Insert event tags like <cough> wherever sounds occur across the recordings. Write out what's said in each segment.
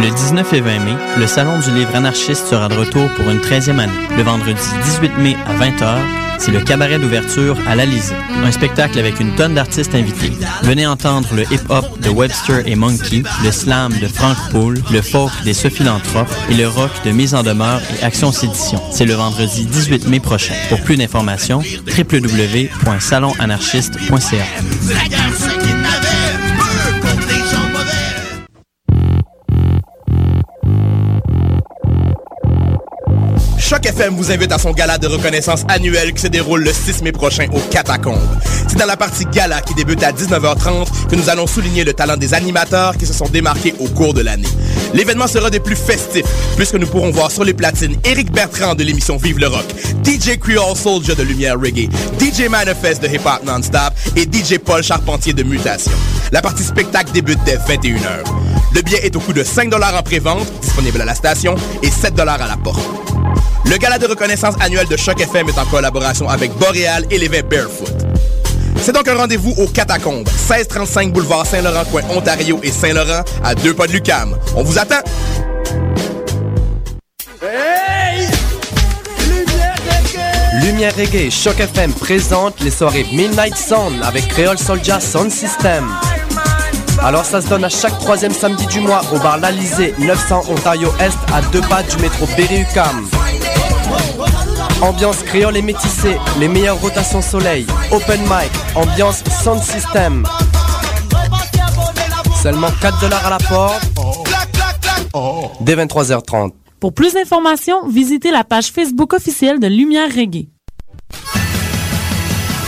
Le 19 et 20 mai, le Salon du livre anarchiste sera de retour pour une 13e année. Le vendredi 18 mai à 20h, c'est le cabaret d'ouverture à l'Alizé. Un spectacle avec une tonne d'artistes invités. Venez entendre le hip-hop de Webster et Monkey, le slam de Frank Poole, le folk des Sophilanthropes et le rock de Mise en demeure et Action Sédition. C'est le vendredi 18 mai prochain. Pour plus d'informations, www.salonanarchiste.ca. Choc FM vous invite à son gala de reconnaissance annuel qui se déroule le 6 mai prochain aux Catacombes. C'est dans la partie gala qui débute à 19h30 que nous allons souligner le talent des animateurs qui se sont démarqués au cours de l'année. L'événement sera des plus festifs puisque nous pourrons voir sur les platines Eric Bertrand de l'émission Vive le Rock, DJ Creole Soldier de Lumière Reggae, DJ Manifest de Hip Hop Non-Stop et DJ Paul Charpentier de Mutation. La partie spectacle débute dès 21h. Le billet est au coût de 5 en pré-vente, disponible à la station, et 7 à la porte. Le gala de reconnaissance annuel de Choc FM est en collaboration avec Boréal et l'évêque Barefoot. C'est donc un rendez-vous aux Catacombes, 1635 boulevard Saint-Laurent, coin Ontario et Saint-Laurent, à deux pas de Lucam. On vous attend! Lumière Reggae, Choc FM présente les soirées Midnight Sound avec Creole Soldier Sound System. Alors ça se donne à chaque troisième samedi du mois au bar L'Alizé, 900 Ontario Est, à deux pas du métro Berry-UQAM. Ambiance créole et métissée, les meilleures rotations soleil, open mic, ambiance sound system. Seulement 4 dollars à la porte, dès 23h30. Pour plus d'informations, visitez la page Facebook officielle de Lumière Reggae.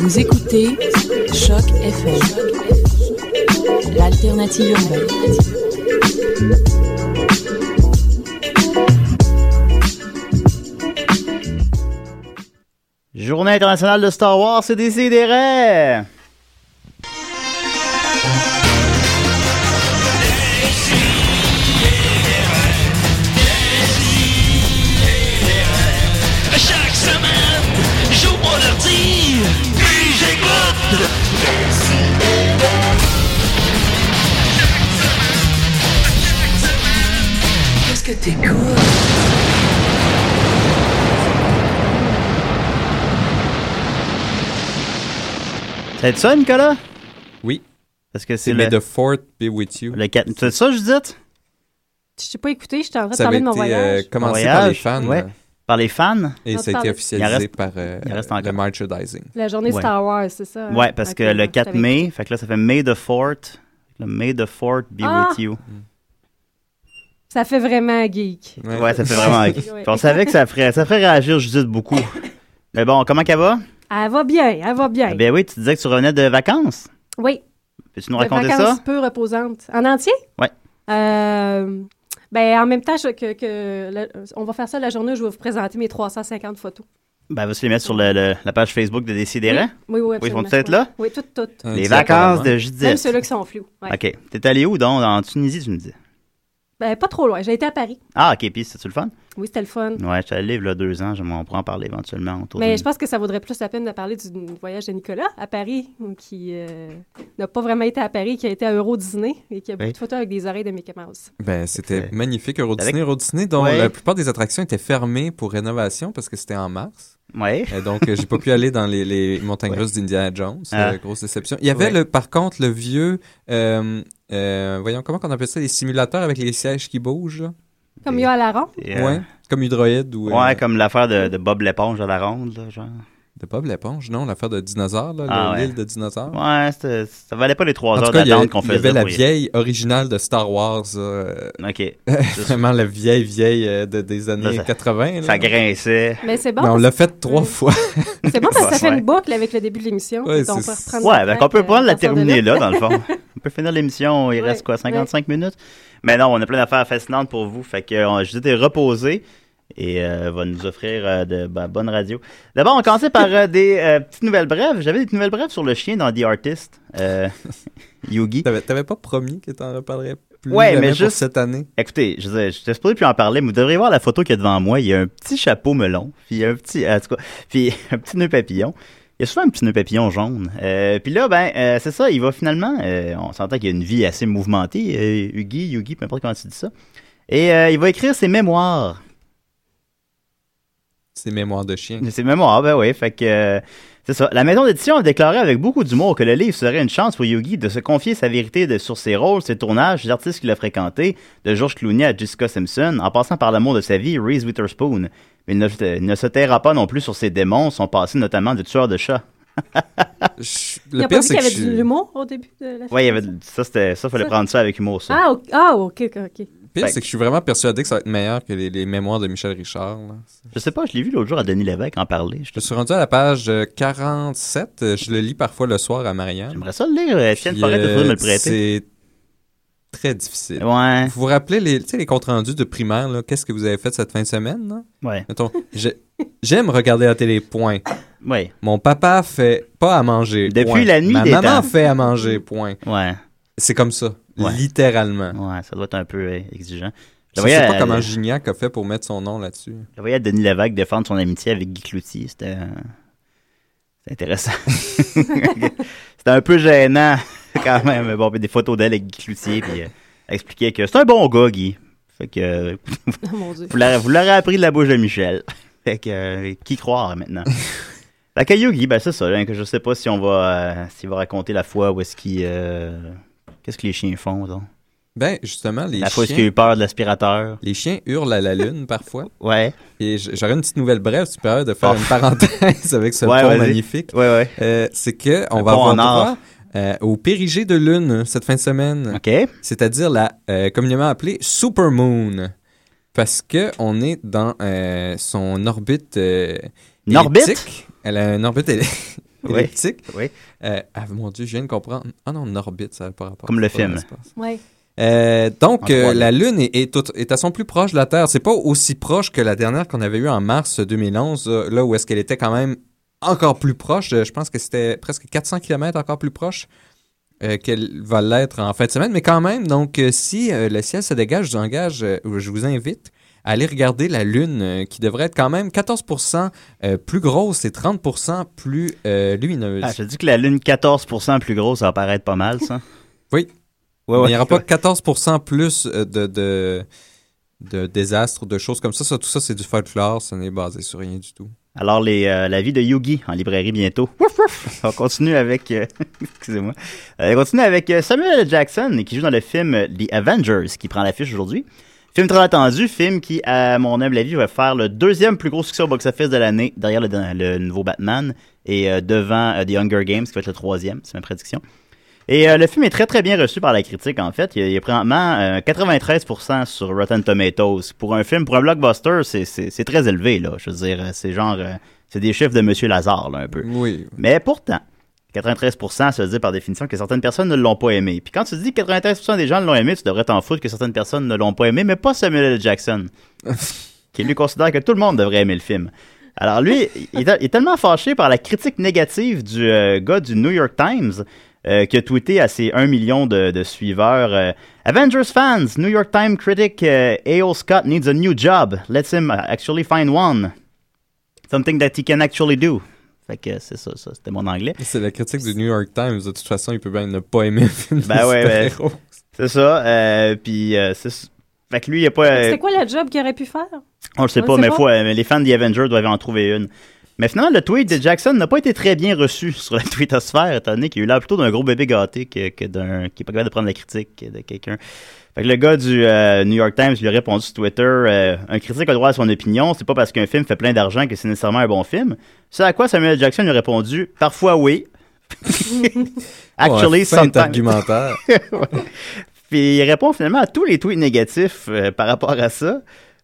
Vous écoutez Choc FM, l'alternative urbaine. Journée internationale de Star Wars, c'est décidéré. Chaque semaine, j'ouvre mon ordi, puis j'écoute. Qu'est-ce que t'écoutes? C'est ça, Nicolas? Oui. Parce que c'est C'est May le, the Fourth be with you. le quatre- C'est ça, Judith? Je t'ai pas écouté, je t'ai en train de Ça avait parler de mon été euh, voyage. Mon commencé par les voyage, fans ouais. euh, Par les fans? et On ça a parle- été Il en officialisé reste- par euh, il en reste le encore. merchandising. La journée Ouais. Star Wars, c'est ça? Ouais, parce Ah, Ok, que le ouais, 4 t'avais- mai, fait que là, ça fait May the Fort. Le May the Fort be Ah! with you. Ça fait vraiment geek. Ouais, ça fait <laughs> vraiment. Ouais. on savait que ça ferait, ça ferait réagir Judith beaucoup. Mais bon, comment qu'elle va? Elle va bien, elle va bien. Ah Ben oui, tu disais que tu revenais de vacances. Oui, Peux-tu nous des raconter vacances ça? peu reposantes. En entier? Ouais. Euh, ben, en même temps je- que, que le- on va faire ça la journée où je vais vous présenter mes 350 photos. Ben, vas-tu les mettre sur le- le- la page Facebook de Décidérant? Oui, Oui, oui, ils absolument. vont peut-être là? Oui, toutes, toutes. Un Les petit vacances appartement. de Même Judith. ceux-là qui sont flous. ouais. OK. T'es allé où, donc? En Tunisie, tu me dis? Ben, pas trop loin. J'ai été à Paris. Ah, OK, puis c'était-tu le fun? Oui, c'était le fun. Ouais, j'étais allé il y a deux ans. Je m'en prends en parler éventuellement autour Mm. Mais d'une- je pense que ça vaudrait plus la peine de parler du voyage de Nicolas à Paris, qui euh, n'a pas vraiment été à Paris, qui a été à Euro Disney et qui a beaucoup Oui. de photos avec des oreilles de Mickey Mouse. Ben, c'était Fait- magnifique, Euro Avec- Disney. Euro Disney, dont Ouais. la plupart des attractions étaient fermées pour rénovation parce que c'était en mars. Ouais. Euh, donc, euh, j'ai pas pu aller dans les, les montagnes Ouais. russes d'Indiana Jones. Ah. euh, grosse déception. Il y avait, Ouais. le, par contre, le vieux... euh, euh, voyons, comment qu'on appelle ça? Les simulateurs avec les sièges qui bougent, là? Comme Et- Yo à la ronde. Et, euh, Ouais, comme Hydroid ou... euh, Ouais, comme l'affaire de, de Bob l'éponge à la ronde, là, genre. De Bob l'éponge, non, l'affaire de dinosaures, là, Ah, le- ouais. l'île de dinosaures. Ouais, c'était- ça valait pas les trois En heures tout cas, il y, a- d'attente qu'on il y faisait. avait la pour y- vieille originale de Star Wars. euh, OK. vraiment la vieille, vieille euh, de- des années Ça- 80. là. <laughs> Ça grinçait. Mais c'est bon. Mais on parce- l'a fait trois fois. <laughs> C'est bon parce que ça fait Ouais. une boucle avec le début de l'émission. Ouais, donc on c'est- peut reprendre Ouais, notre donc on peut track, prendre euh, la à partir de terminer là, là. dans le <laughs> fond. On peut finir l'émission, il Ouais, reste quoi, 55 minutes? Mais non, on a plein d'affaires fascinantes pour vous. Fait que euh, je dis reposé et euh, va nous offrir euh, de bah, bonne radio. D'abord, on commençait par euh, des euh, petites nouvelles brèves. J'avais des nouvelles brèves sur le chien dans The Artist, euh, <laughs> Yugi. T'avais t'avais pas promis que t'en reparlerais plus Ouais, jamais mais pour juste- cette année. Écoutez, je sais- j'étais supposé plus en parler, mais vous devrez voir la photo qu'il y a devant moi. Il y a un petit chapeau melon, puis un petit, en tout cas, puis <laughs> un petit nœud papillon. Il y a souvent un petit nœud papillon jaune. Euh, puis là, ben, euh, c'est ça, il va finalement, euh, on s'entend qu'il y a une vie assez mouvementée, euh, Huggy, Yugi, peu importe comment tu dis ça. Et euh, il va écrire ses mémoires. <laughs> C'est mémoire de chien. Ses mémoires, ben oui, fait que... euh, c'est ça. La maison d'édition a déclaré avec beaucoup d'humour que le livre serait une chance pour Yugi de se confier sa vérité de- sur ses rôles, ses tournages, les artistes qu'il a fréquentés, de George Clooney à Jessica Simpson, en passant par l'amour de sa vie, Reese Witherspoon. Mais il ne, il ne se taira pas non plus sur ses démons, son passé notamment de tueur de chats. Je- Il n'y Le a pas pire, vu c'est qu'il y que avait je du suis- l'humour au début de la Ouais, il y avait ça, c'était ça, fallait Ça- prendre ça avec humour, ça. Ah, ok, ah, ok, ok, ok. le pire, Fait- c'est que je suis vraiment persuadé que ça va être meilleur que les, les mémoires de Michel Richard. là. Je sais pas, je l'ai vu l'autre jour à Denis Lévesque en parler. Je- Je suis rendu à la page euh, 47. euh, Je le lis parfois le soir à Marianne. J'aimerais ça le lire. Étienne Puis, Forêt, tu euh, pourrais me le prêter. C'est très difficile. Ouais, Vous vous rappelez les, tu sais, les comptes rendus de primaire, là? qu'est-ce que vous avez fait cette fin de semaine? là? ouais, Mettons, j'ai- j'aime regarder la télé, point. ouais, Mon papa fait pas à manger, Depuis point. la nuit Ma des maman temps. fait à manger, point. ouais, C'est comme ça, Ouais. littéralement. ouais, ça doit être un peu euh, exigeant. Je voyais sais pas à- comment Gignac a fait pour mettre son nom là-dessus. Je voyais Denis Lévesque défendre son amitié avec Guy Cloutier. C'était euh, c'était <laughs> intéressant. C'était un peu gênant <laughs> quand même. Bon, puis des photos d'elle avec Guy Cloutier. Puis euh, elle expliquait que c'est un bon gars, Guy. Fait que euh, Oh, mon Dieu. vous l'aurez vous l'aurez appris de la bouche de Michel. <laughs> Fait que euh, qui croire <laughs> maintenant? Fait que Yogi, ben c'est ça. là, que je sais pas si on va, euh, s'il va raconter la fois où est-ce qu'il. euh, Qu'est-ce que les chiens font, donc? Ben, justement, les La fois où est-ce qu'il a chiens, eu peur de l'aspirateur. les chiens hurlent à la lune parfois. Ouais. Et j- j'aurais une petite nouvelle brève, tu peux de faire Oh. une parenthèse <laughs> avec ce Ouais, pont vas-y. magnifique. Ouais, ouais. Euh, c'est que on Le va pont avoir en or. droit euh, au périgée de lune cette fin de semaine. OK. c'est-à-dire la euh, communément appelée Supermoon. Parce que on est dans euh, son orbite. euh, Une orbite? elliptique. Elle a une orbite éle- <laughs> Oui. elliptique. Oui. Euh, ah, mon Dieu, je viens de comprendre. Ah non, une orbite, ça n'a pas rapport. Comme le C'est pas dans film. l'espace. Ouais. Euh, En donc, euh, 3D. la Lune est, est, au- est à son plus proche de la Terre. C'est pas aussi proche que la dernière qu'on avait eue en mars 2011, euh, là où est-ce qu'elle était quand même encore plus proche. Euh, Je pense que c'était presque 400 km encore plus proche euh, qu'elle va l'être en fin de semaine. Mais quand même, donc, euh, si euh, le ciel se dégage, je vous engage, euh, je vous invite à aller regarder la Lune, euh, qui devrait être quand même 14% euh, plus grosse et 30% plus euh, lumineuse. Ah, je te dis que la Lune 14% plus grosse, ça va paraître pas mal, ça. Oui. Mais Ouais, ouais. il n'y aura pas 14% plus euh, de, de, de désastres ou de choses comme ça. Ça, Tout ça, c'est du folklore. Ça n'est basé sur rien du tout. Alors, les, euh, la vie de Yugi en librairie bientôt. Wouf, wouf. <laughs> On continue avec. euh, <laughs> Excusez-moi. Euh, on continue avec euh, Samuel L. Jackson, qui joue dans le film euh, The Avengers, qui prend l'affiche aujourd'hui. Film très attendu, film qui, à mon humble avis, va faire le deuxième plus gros succès au box-office de l'année, derrière le, le nouveau Batman et euh, devant euh, The Hunger Games, qui va être le troisième, c'est ma prédiction. Et euh, le film est très très bien reçu par la critique en fait. Il, il est présentement euh, 93% sur Rotten Tomatoes. Pour un film, pour un blockbuster, c'est- c'est c'est très élevé là. Je veux dire, euh, c'est genre, euh, c'est des chiffres de Monsieur Lazare là un peu. Oui. Mais pourtant, 93% se dit par définition que certaines personnes ne l'ont pas aimé. Puis quand tu dis 93% des gens l'ont aimé, tu devrais t'en foutre que certaines personnes ne l'ont pas aimé, mais pas Samuel L. Jackson, qui lui considère que tout le monde devrait aimer le film. Alors lui, il est, te- il est tellement fâché par la critique négative du euh, gars du New York Times euh, qui a tweeté à ses 1 million de, de suiveurs euh, Avengers fans, New York Times critic euh, A.O. Scott needs a new job. Let him actually find one. Something that he can actually do. Fait que c'est ça, ça c'était mon anglais. C'est la critique du New York Times. De toute façon, il peut bien ne pas aimer le film de Ben ouais, ben- super-héros. C'est ça. euh, puis, euh, c'est- fait que lui, il n'y a pas. euh, C'était quoi le job qu'il aurait pu faire? on le sait on pas, le sait mais pas. faut, euh, les fans des Avengers doivent en trouver une. Mais finalement, le tweet de Jackson n'a pas été très bien reçu <laughs> sur la tweetosphère, étant donné qu'il a eu l'air plutôt d'un gros bébé gâté que, que d'un qui est pas capable de prendre la critique de quelqu'un. Fait que le gars du euh, New York Times lui a répondu sur Twitter euh, Un critique a le droit à son opinion, c'est pas parce qu'un film fait plein d'argent que c'est nécessairement un bon film. C'est à quoi Samuel Jackson lui a répondu Parfois oui. <laughs> Actually, Ouais, fin sometimes. argumentaire. <laughs> Ouais. Puis il répond finalement à tous les tweets négatifs euh, par rapport à ça.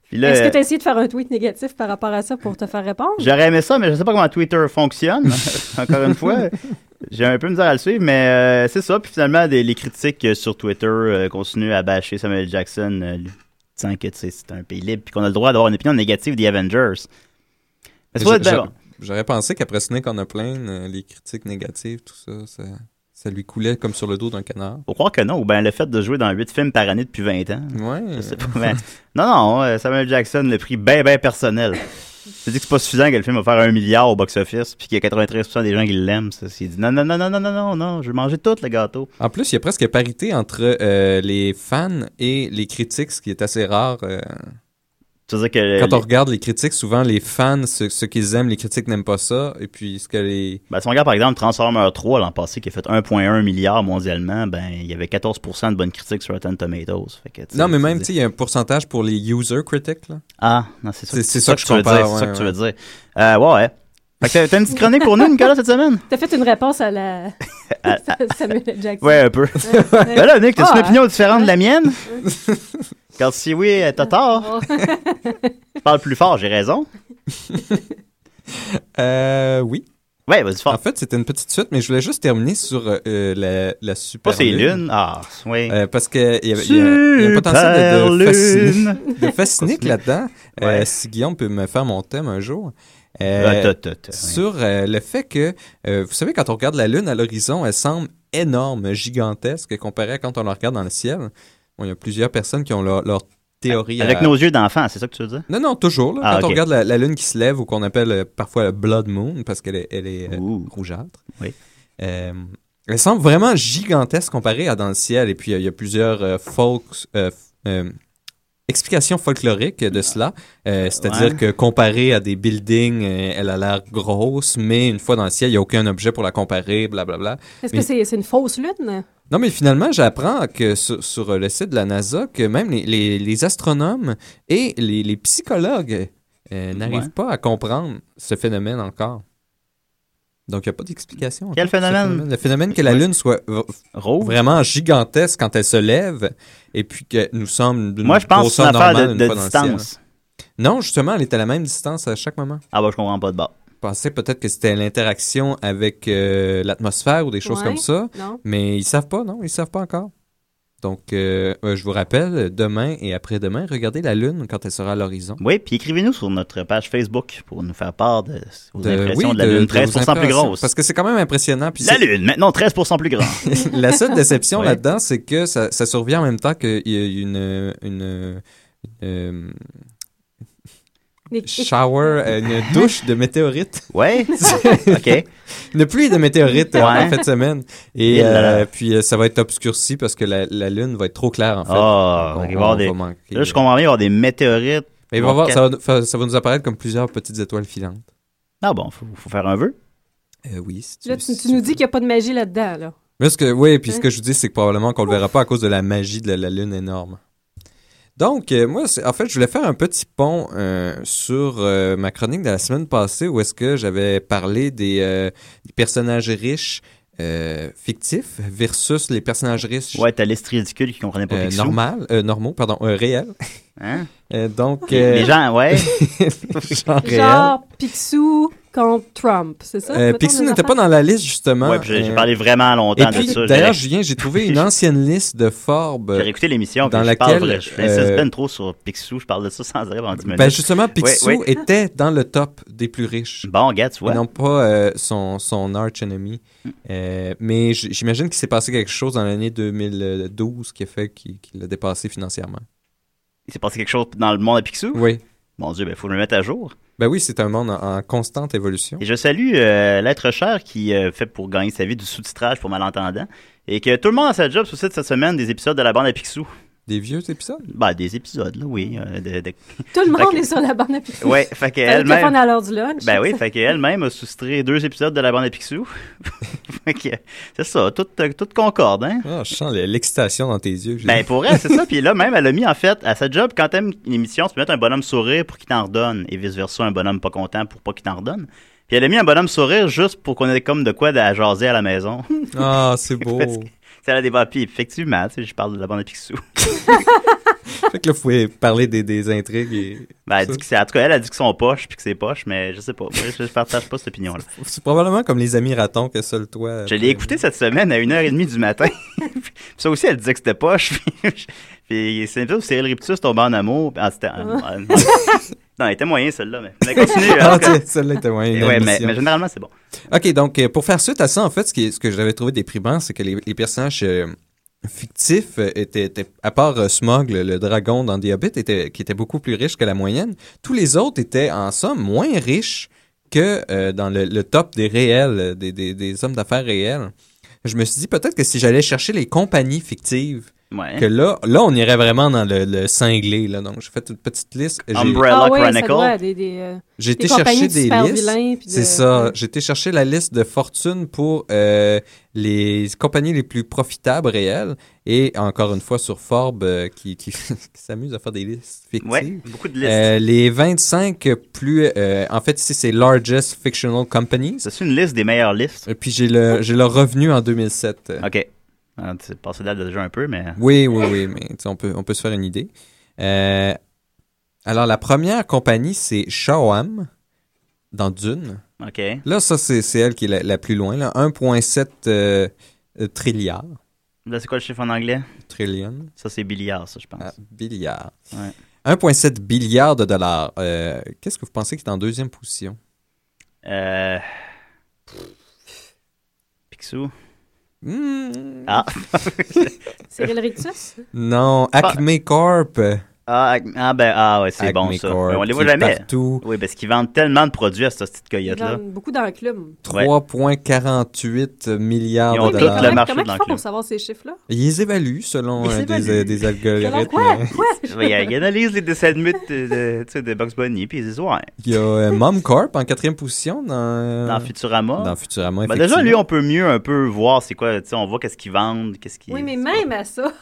Puis là, Est-ce que tu euh, as essayé de faire un tweet négatif par rapport à ça pour te faire répondre? J'aurais aimé ça, mais je sais pas comment Twitter fonctionne. <laughs> Encore une fois, j'ai un peu misère à le suivre, mais euh, c'est ça. Puis finalement, des- les critiques euh, sur Twitter euh, continuent à bâcher Samuel Jackson, euh, lui, disant que tu sais, c'est un pays libre, puis qu'on a le droit d'avoir une opinion négative des Avengers. Mais c'est pas J'a- ben, j'a- J'aurais pensé qu'après Snake on a plein, euh, les critiques négatives, tout ça, ça, ça lui coulait comme sur le dos d'un canard. Faut croire que non, ou bien le fait de jouer dans 8 films par année depuis 20 ans. Ouais. Je sais pas, ben- <laughs> non, non, euh, Samuel Jackson, le prix bien, bien personnel. C'est dit que c'est pas suffisant que le film va faire un milliard au box-office, puis qu'il y a 93% des gens qui l'aiment. Ça, c'est dit non, non, non, non, non, non, non, non, je vais manger tout le gâteau. En plus, il y a presque parité entre euh, les fans et les critiques, ce qui est assez rare. euh, Tu veux dire que. quand les- on regarde les critiques, souvent les fans, ce, ce qu'ils aiment, les critiques n'aiment pas ça. Et puis, ce que les. Ben, si on regarde par exemple Transformers 3 l'an passé qui a fait 1,1 milliard mondialement, ben il y avait 14% de bonnes critiques sur Rotten Tomatoes. Fait que, tu sais, Non, mais tu même, dis- tu sais, il y a un pourcentage pour les user critiques, là. Ah, non, c'est ça. C'est- que- c'est ça que tu veux je compare, dire. C'est ça que ouais, tu veux dire. Euh, ouais, ouais. Fait que t'as- t'as une petite chronique pour nous, Nicolas, cette semaine? Tu as fait une réponse à la <laughs> À- <laughs> Samuel Jackson. Ouais, un peu. ben là, Nick, t'as Ah, une opinion différente de la mienne? Quand si oui, euh, t'as tort. Je parle plus fort, j'ai raison. Euh, oui. Ouais, vas-y, fort. En fait, c'était une petite suite, mais je voulais juste terminer sur euh, la, la super. Pas ces lunes. Ah, oui. Euh, parce qu'il y, avait- il y a- il y a un potentiel de, de fasciner, de fasciner <laughs> que là-dedans. Euh, si Guillaume peut me faire mon thème un jour. Euh, Ah, t'as- t'as- t'as, oui. sur euh, le fait que, euh, vous savez, quand on regarde la Lune à l'horizon, elle semble énorme, gigantesque, comparée à quand on la regarde dans le ciel. Bon, il y a plusieurs personnes qui ont leur, leur théorie. Avec à- nos yeux d'enfant, c'est ça que tu veux dire? non, non, toujours. là. Ah, quand on ok. regarde la, la lune qui se lève ou qu'on appelle euh, parfois le Blood Moon parce qu'elle est, elle est euh, rougeâtre. Oui. Euh, elle semble vraiment gigantesque comparée à dans le ciel. Et puis, euh, il y a plusieurs euh, folks- euh, f- euh, explications folkloriques de cela. Euh, C'est-à-dire Ouais. que comparée à des buildings, euh, elle a l'air grosse, mais une fois dans le ciel, il n'y a aucun objet pour la comparer, blablabla. Est-ce Mais- que c'est c'est une fausse lune? non, mais finalement, j'apprends que sur, sur euh, le site de la NASA que même les, les- les astronomes et les, les psychologues euh, n'arrivent Ouais. pas à comprendre ce phénomène encore. Donc, il n'y a pas d'explication. Quel encore pour ce phénomène? Le phénomène que la Lune soit v- Rouge? vraiment gigantesque quand elle se lève et puis que nous sommes d'une Moi, je pense que c'est une grosseur affaire normale de, une de fois dans le ciel. distance. Non, justement, elle est à la même distance à chaque moment. Ah, bah, je comprends pas de bord. Je pensais peut-être que c'était l'interaction avec euh, l'atmosphère ou des choses Ouais, comme ça. Non. Mais ils savent pas, non? Ils savent pas encore. Donc, euh, euh, je vous rappelle, demain et après-demain, regardez la Lune quand elle sera à l'horizon. Oui, puis écrivez-nous sur notre page Facebook pour nous faire part de vos De- impressions oui, de la de- Lune. de vos 13% plus impressions, grosse. Parce que c'est quand même impressionnant. <laughs> Puis La c'est- Lune, maintenant 13% <laughs> plus grande. la seule déception Ouais. là-dedans, c'est que ça, ça survient en même temps qu'il y a une, une, une, euh, Les- shower, euh, une douche de météorites. Ouais, ok. Une pluie de météorites euh, Ouais. en fin de semaine. Et Et là. euh, puis, euh, ça va être obscurci parce que la, la Lune va être trop claire, en fait. Ah, Donc, il va y on- avoir on des- va manquer, Là, je comprends bien, il va y avoir des météorites. Mais il va voir, ça, va, fa- ça va nous apparaître comme plusieurs petites étoiles filantes. Ah bon, faut, faut faire un vœu. Euh, oui, si tu, Là, tu, si tu nous dis qu'il n'y a pas de magie là-dedans. Là. Mais ce que, oui, puis ce Hein? que je vous dis, c'est que probablement qu'on le verra pas à cause de la magie de la, la lune énorme. Donc, euh, moi, c'est- en fait, je voulais faire un petit pont euh, sur euh, ma chronique de la semaine passée où est-ce que j'avais parlé des, euh, des personnages riches euh, fictifs versus les personnages riches Ouais, t'as l'estrie ridicule qui comprenait pas euh, quelque chose. normal, euh, normaux, pardon, euh, réels. Hein? Euh, donc, euh, Les gens, ouais. genre réels. Genre Picsou contre Trump, c'est ça? Euh, mettons, Picsou des n'était pas affaires? dans la liste, justement. Ouais, puis j'ai j'ai Euh, parlé vraiment Et longtemps puis, de ça. d'ailleurs, J'aurais- Julien, j'ai trouvé une ancienne liste de Forbes. J'aurais écouté l'émission, puis Euh, dans je parle laquelle, vrai- je insiste euh, ben trop sur Picsou, je parle de ça sans arrêt pendant 10 minutes. Ben justement, Picsou Ouais, ouais. était dans le top des plus riches. Bon, gars, tu vois. Et non pas euh, son, son arch enemy. Euh, mais j- j'imagine qu'il s'est passé quelque chose dans l'année 2012 qui a fait qu'il qu'il l'a dépassé financièrement. Il s'est passé quelque chose dans le monde à Picsou. Oui. Mon Dieu, ben faut le mettre à jour. Ben oui, c'est un monde en, en constante évolution. Et je salue euh, l'être cher qui euh, fait pour gagner sa vie du sous-titrage pour malentendants. Et que tout le monde a sa job sous site cette semaine des épisodes de la bande à Picsou. Des vieux épisodes? Ben, des épisodes, là, oui. euh, <laughs> de- de- Tout le Fait monde que- est sur la bande à Picsou. Ouais, fait Avec le fun qu'elle-même. à l'heure du lunch. Ben oui, fait qu'elle-même a soustrait deux épisodes de la bande à Picsou. <laughs> fait que, c'est ça, tout, euh, tout concorde, hein? Ah, je sens le- l'excitation dans tes yeux. Gilles. Ben pour elle, c'est ça. Puis là, même, elle a mis en fait à sa job, quand t'aimes une émission, tu peux mettre un bonhomme sourire pour qu'il t'en redonne et vice-versa, un bonhomme pas content pour pas qu'il t'en redonne. Puis elle a mis un bonhomme sourire juste pour qu'on ait comme de quoi à jaser à la maison. Ah, c'est beau. <laughs> Parce que- Tu sais, elle a des papiers. Effectivement, tu sais, je parle de la bande à Picsou. Fait que là, vous pouvez parler des, des intrigues et. Ben, elle ça. dit que c'est, en tout cas, elle a dit que son poche puis que c'est poche, mais je sais pas. Moi, je, je partage pas cette opinion-là. C'est probablement comme les amis ratons que seul toi. Je l'ai écouté cette semaine à 1h30 <laughs> du matin. Puis ça aussi, elle disait que c'était poche. Puis- <laughs> Puis c'est une chose où Cyril Riptus tombait en amour. Ah, <laughs> c'était. ah, ah, non. non, il était moyen celle-là, mais. Mais continue. Ah, en tout cas. tiens, celle-là était moins Et ouais, mais, mais généralement, c'est bon. OK, donc euh, pour faire suite à ça, en fait, ce, qui est- ce que j'avais trouvé déprimant, c'est que les, les personnages euh, fictifs euh, étaient, étaient- à part euh, Smog, le, le dragon dans The Hobbit, était, qui était beaucoup plus riche que la moyenne, tous les autres étaient en somme moins riches que euh, dans le, le top des réels, euh, des, des- des hommes d'affaires réels. Je me suis dit peut-être que si j'allais chercher les compagnies fictives, Ouais. que là, là on irait vraiment dans le, le cinglé. Là. Donc j'ai fait une petite liste. J'ai- Umbrella Ah oui, ça Chronicle. doit à des, des, euh, j'ai des été chercher compagnies de des super listes. vilains, puis de- C'est ça. J'ai été chercher la liste de fortune pour euh, les compagnies les plus profitables réelles. Et encore une fois, sur Forbes, euh, qui, qui, <laughs> qui s'amuse à faire des listes fictives. Ouais, beaucoup de listes. Euh, les 25 plus... euh, en fait, ici, c'est Largest Fictional Companies. C'est une liste des meilleures listes. Et puis, j'ai le, j'ai le revenu en 2007. Euh, OK. Ah, tu passé date déjà un peu, mais. Oui, oui, oui, mais tu sais, on peut, on peut se faire une idée. Euh, alors, la première compagnie, c'est Shawam, dans Dune. OK. Là, ça, c'est c'est elle qui est la, la plus loin. là. 1,7 euh, euh, trilliard. Là, c'est quoi le chiffre en anglais? Trillion. Ça, c'est billiard, ça, je pense. Ah, billiard. Ouais. 1,7 billiard de dollars. Euh, Qu'est-ce que vous pensez qui est en deuxième position? Euh. Picsou. Hmm. Ah. Cyril <laughs> Rictus. Non, Acme Corp. ah, ac- ah, ben, ah, ouais, c'est bon, Acme ça. Corp, Mais on les voit qui est jamais. Partout. Oui, parce qu'ils vendent tellement de produits à cette petite Ils coyote-là. vendent beaucoup dans le club. Ouais. 3,48 milliards Ils ont de tout le dollars. marché Comment de ils font l'enclume. pour savoir ces chiffres-là? Ils les évaluent selon Ils euh, des, évaluent. euh, des algorithmes. Selon quoi? euh. Quoi? <laughs> Ouais, Ils ils analysent les dessins animés de, euh, de, tu sais, de Bugs Bunny, puis ils disent, ouais, Il y a euh, Mom Corp en quatrième position dans, dans Futurama. dans Futurama. Ben, déjà, Euh, effectivement. lui, on peut mieux un peu voir c'est quoi, tu sais, on voit qu'est-ce qu'ils vendent, qu'est-ce qu'ils. Oui, mais même à ça,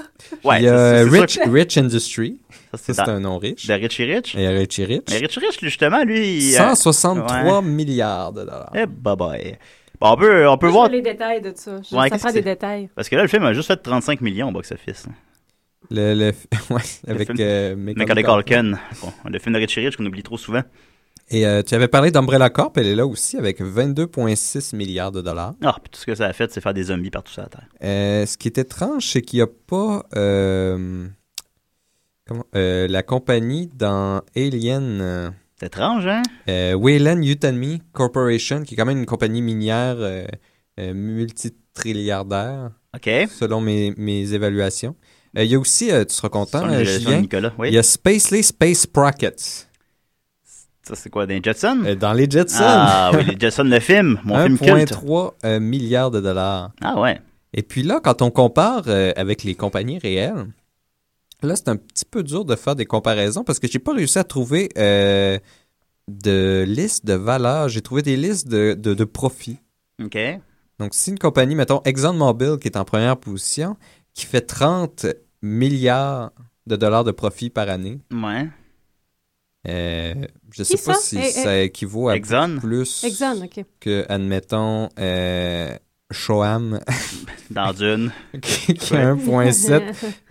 Ouais, Il y a c'est- euh, c'est sûr Rich, Rich Industry. que- ça, Ça, c'est c'est dans- un nom riche. de Richie Rich. Et Richie Mais Rich. Rich Rich, lui, justement, lui. il, euh, 163 milliards de dollars. Eh, bye bye. Bon, on peut, on peut je vois voir. les détails de ça. Je- Ouais, ça qu'est-ce prend que des c'est? détails. Parce que là, le film a juste fait 35 millions au box-office. Le, le- <laughs> ouais, avec film. euh, Macaulay Macaulay Culkin. Culkin. Bon, le film de Richie Rich qu'on oublie trop souvent. Et euh, tu avais parlé d'Umbrella Corp, elle est là aussi avec 22,6 milliards de dollars. Ah, puis tout ce que ça a fait, c'est faire des zombies partout sur la Terre. Euh, ce qui est étrange, c'est qu'il n'y a pas euh, comment, euh, la compagnie dans Alien, euh, C'est étrange, hein? euh, Wayland Utami Corporation, qui est quand même une compagnie minière euh, euh, multitrilliardaire, OK. selon mes, mes évaluations. Euh, Il y a aussi, euh, tu seras content, Son euh, évaluation de Julien, Nicolas. Il y Oui. a Spacely Space Sprockets Ça, c'est quoi, des Jetson? euh, dans les Jetsons. Ah oui, les Jetson, le film. <laughs> Mon film culte. 1,3 euh, milliard de dollars. Ah ouais. Et puis là, quand on compare euh, avec les compagnies réelles, là, c'est un petit peu dur de faire des comparaisons parce que j'ai pas réussi à trouver euh, de liste de valeurs. J'ai trouvé des listes de, de, de profits. OK. Donc, si une compagnie, mettons ExxonMobil, qui est en première position, qui fait 30 milliards de dollars de profits par année, Ouais. euh, je sais Qui pas ça? si Eh, eh. ça équivaut à Exxon, plus Exxon, OK. que, admettons, euh, Shoham, dans Dune. qui qui a <laughs> 1,7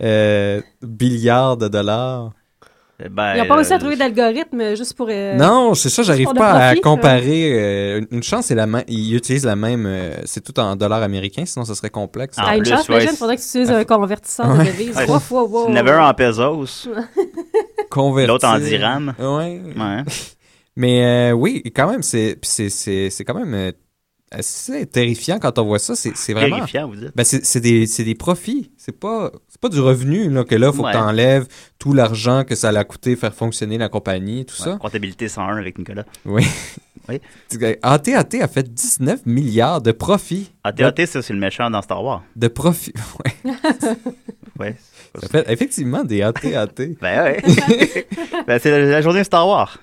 euh, milliard de dollars. Ben, Ils n'ont pas réussi à euh, trouver d'algorithme juste pour... euh, non, c'est ça, j'arrive pour le pas à profit, comparer. euh, une- une chance, c'est la main, ils utilisent la même. euh, c'est tout en dollars américains, sinon ça serait complexe. Ah, Ah, à une plus, chance, ouais, imagine, c'est- il faudrait que tu utilises un convertisseur de Ouais. devises. <laughs> Ouais. Wow, wow, wow. Il y en avait un en pesos, Convertir. l'autre en dirham. Ouais. Ouais. Mais euh, oui, quand même, c'est puis c'est- c'est- c'est quand même euh, assez terrifiant quand on voit ça. C'est c'est vraiment. Terrifiant, vous dites. Ben, c'est c'est des, c'est des profits. C'est pas, c'est pas du revenu, là, que là, faut Ouais. que t'enlèves tout l'argent que ça l'a coûté faire fonctionner la compagnie, tout Ouais, Comptabilité 101 avec Nicolas. ça. AT&T a fait 19 milliards de profits. <laughs> AT-AT, ça, c'est le méchant dans Star Wars. De profits. Ouais. Ouais. Ça fait effectivement des AT-AT. ben ouais. <laughs> ben, c'est la, la journée Star Wars.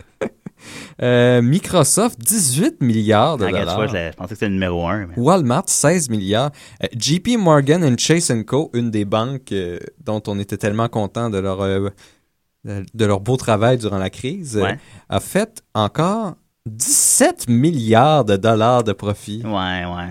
Euh, Microsoft, 18 milliards de Ah, regarde, dollars. tu vois, je, l'ai- je pensais que c'était le numéro 1. Walmart, 16 milliards. Euh, JP Morgan and Chase Co., une des banques euh, dont on était tellement content de leur, euh, de de leur beau travail durant la crise, euh, Ouais. a fait encore 17 milliards de dollars de profit. Ouais, ouais.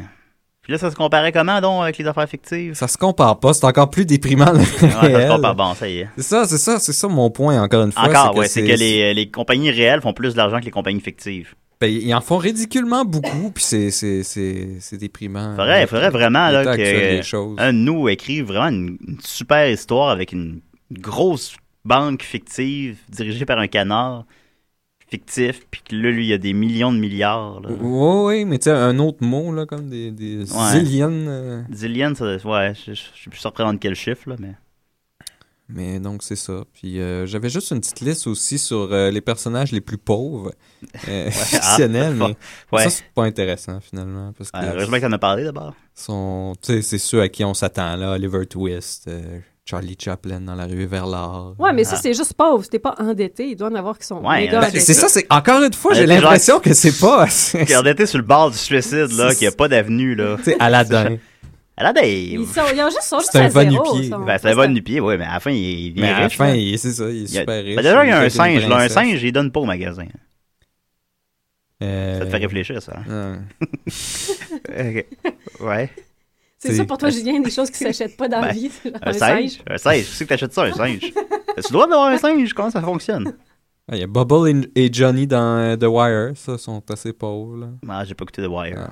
Puis là, ça se comparait comment, donc, avec les affaires fictives? Ça se compare pas, c'est encore plus déprimant. le Ouais, ça se réel. compare. Bon, ça y est. C'est ça, c'est ça, c'est ça mon point, encore une fois. Encore, ouais, c'est que les, euh, les compagnies réelles font plus d'argent que les compagnies fictives. Ben, ils en font ridiculement beaucoup, puis c'est, c'est, c'est, c'est déprimant. Faudrait, Le- faudrait vraiment le là, temps actuel des que choses. un de nous écrive vraiment une, une super histoire avec une grosse banque fictive dirigée par un canard fictif, puis que là, lui, il y a des millions de milliards. là. Oui, oui, mais tu sais, un autre mot, là, comme des, des Ouais. zillions, euh, Zillion, ça, ouais, je, je, je suis plus surpris de quel chiffre, là, mais. Mais donc, c'est ça. Puis euh, j'avais juste une petite liste aussi sur euh, les personnages les plus pauvres, <laughs> euh, fictionnels, ah, mais ouais. ça, c'est pas intéressant, finalement. Parce que Ouais, heureusement que t'en as parlé d'abord. sont, tu sais, c'est ceux à qui on s'attend, là, Oliver Twist, euh, Charlie Chaplin dans la rue vers l'art. Ouais, mais ça, c'est juste pauvre. C'était pas endetté. Il doit en avoir qui sont Ouais, méga ben, endettés. C'est ça, c'est encore une fois, Ouais, j'ai c'est genre- l'impression que c'est pas assez. Regardez, sur le bord du suicide, là, qu'il n'y a pas d'avenue, là. Tu sais, Aladdin. Aladdin! Ils sont, ils ont juste, sont juste un à bon zéro. nu-pied. ils sont- Ben, ça va du pied, ouais, mais à la fin, il, il est Mais à la riche, fin, là. il- c'est ça, il est y a- super riche. Ben, déjà, il y a un fait une singe, là. Un princesse. singe, il donne pas au magasin. Euh, Ça te fait réfléchir, ça. hein? euh, <laughs> Ok. Ouais. C'est c'est- ça pour toi, Julien, des choses qui s'achètent pas dans Ben, la vie. c'est genre Un, singe? Un singe. Tu sais que t'achètes ça, un <laughs> singe. As-tu le droit d'avoir un singe? Comment ça fonctionne? ah, Il y a Bubble and- et Johnny dans euh, The Wire, ça, sont assez pauvres. là. Ah, j'ai pas écouté The Wire. Ah.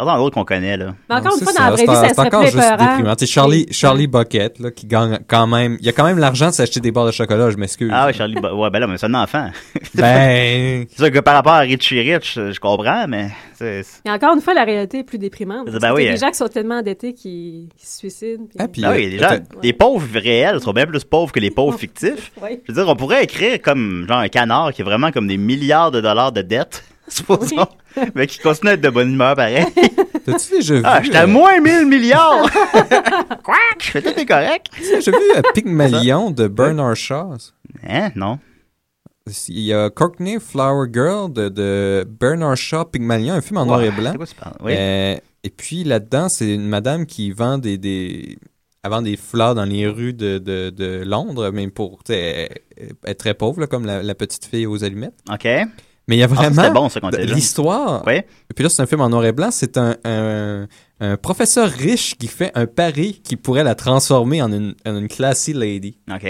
Parlons d'autres qu'on connaît, là. Mais Non, encore une c'est fois, dans la vraie c'est vie, en- ça C'est serait encore plus juste épeurant. déprimant. Tu sais, Charlie, Charlie Bucket, là, qui gagne quand même. Il y a quand même l'argent de s'acheter des barres de chocolat, je m'excuse. Ah ouais, Charlie. Bo- ouais, ben là, mais c'est un enfant. <laughs> Ben. C'est sûr que par rapport à Richie Rich, euh, je comprends, mais. c'est- c'est- Et encore une fois, la réalité est plus déprimante. Ben Parce que oui, Il y a hein. des gens qui sont tellement endettés qu'ils qui se suicident. puis- Ah, puis, Ah euh, oui, les, gens- attends, les pauvres réels sont bien plus pauvres que les pauvres fictifs. Ouais. Je veux dire, on pourrait écrire comme genre un canard qui est vraiment comme des milliards de dollars de dettes, <laughs> supposons, mais qui continue à être de bonne humeur pareil. T'as-tu déjà vu. <laughs> Ah, j'étais euh, à moins 1000 <laughs> milliards! Quoi? Je fais tout est correct. t'as déjà vu euh, Pygmalion de Bernard Shaw? Hein? Non. Il y a Courtney Flower Girl de, de Bernard Shaw Pygmalion, un film en noir et blanc. C'est quoi tu parles? Oui. Euh, et puis là-dedans, c'est une madame qui vend des, des, elle vend des fleurs dans les rues de, de, de Londres, mais pour tu sais, elle- elle est très pauvre, là, comme la, la petite fille aux allumettes. OK. Ah, Mais il y a c'était vraiment Bah, bon, ça, quand t'es jeune. l'histoire. Ouais. Et puis là, c'est un film en noir et blanc. C'est un, un, un professeur riche qui fait un pari qui pourrait la transformer en une, en une classy lady. OK.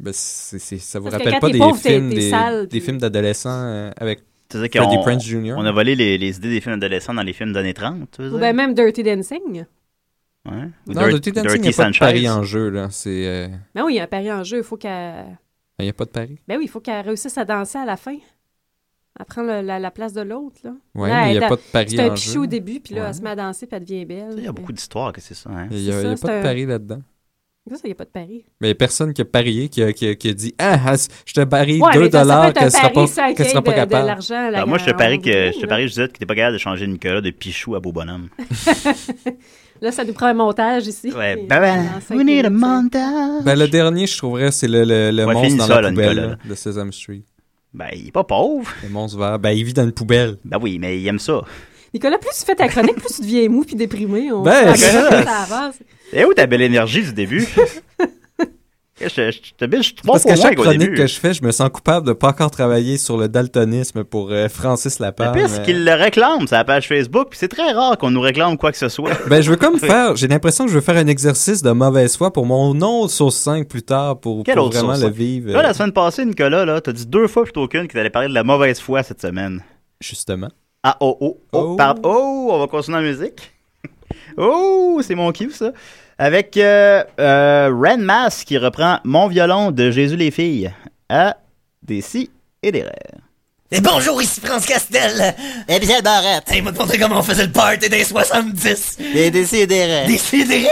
Ben, c'est- c'est- ça vous Parce que rappelle quand pas t'es des, pauvre, t'es- films, t'es des, sale, des puis- films d'adolescents euh, avec Tu sais Freddie qu'on Prince Jr. on a volé les, les idées des films adolescents dans les films des années 30, tu veux dire? Ou ben même Dirty Dancing. Ouais. Ou Non, Dirt- Dirty Dancing, il n'y a pas de pari en jeu. là. C'est, euh, Ben oui, il y a un pari en jeu. Il faut qu'elle. Il n'y a pas de pari. Ben oui, il faut qu'elle réussisse à danser à la fin. Elle prend le- la, la place de l'autre, là. Oui, Là, mais il n'y elle a est pas de pari C'est un en jeu. pichou au début, puis là, Ouais. elle se met à danser, puis elle devient belle. Il y a beaucoup d'histoires que c'est ça, hein? Il n'y a, C'est il y a ça, pas c'est de un- pari là-dedans. Ça, il n'y a pas de pari. Mais il n'y a personne qui a parié, qui a, qui a- qui a dit Ah, ah, je te parie Ouais, 2 mais ça, ça dollars peut être qu'elle un ne sera pari pas, sans qu'elle qu'il y ait sera pas de- de capable. l'argent. Ben, là, moi, je te on parie que voudrait, je te là. parie, Judith, que t'es pas capable de changer Nicolas de Pichou à Beau Bonhomme. Là, ça nous prend un montage ici. Ouais, Et- ben, en cinq we need a minutes, ça. montage. Ben, le dernier, je trouverais, c'est le, le, le Ouais, monstre finis dans ça, la là, poubelle Nicolas, là, là. de Sesame Street. Ben, il est pas pauvre. Le monstre vert. Ben, il vit dans une poubelle. Ben oui, mais il aime ça. Nicolas, plus tu fais ta chronique, plus tu deviens mou puis déprimé. On Ben, on- c'est ça. ça avance. Et où ta belle énergie du <laughs> début? je, je, je te bise, je suis bon Parce pour qu'à moi chaque au chronique début. que je fais, je me sens coupable de ne pas encore travailler sur le daltonisme pour euh, Francis La Lapalme. pire, c'est qu'il le réclame sur la page Facebook, puis c'est très rare qu'on nous réclame quoi que ce soit. Ben, je veux comme faire, j'ai l'impression que je veux faire un exercice de mauvaise foi pour mon nom sauce 5 plus tard pour, Quel pour autre vraiment sauce le 5? vivre. Là, euh, la semaine passée, Nicolas, là, t'as dit deux fois plutôt qu'une que t'allais parler de la mauvaise foi cette semaine. Justement. Ah, oh, oh, oh, Oh. par- oh, on va continuer en musique. <laughs> oh, c'est mon cue, ça. Avec euh, euh, Ren Mass qui reprend Mon violon de Jésus les filles à des si et des rêves. Et bonjour, ici France Castel. Et bien Barrette. Hey, il m'a demandé comment on faisait le party des 70. Des, si et des rêves. Décidéré.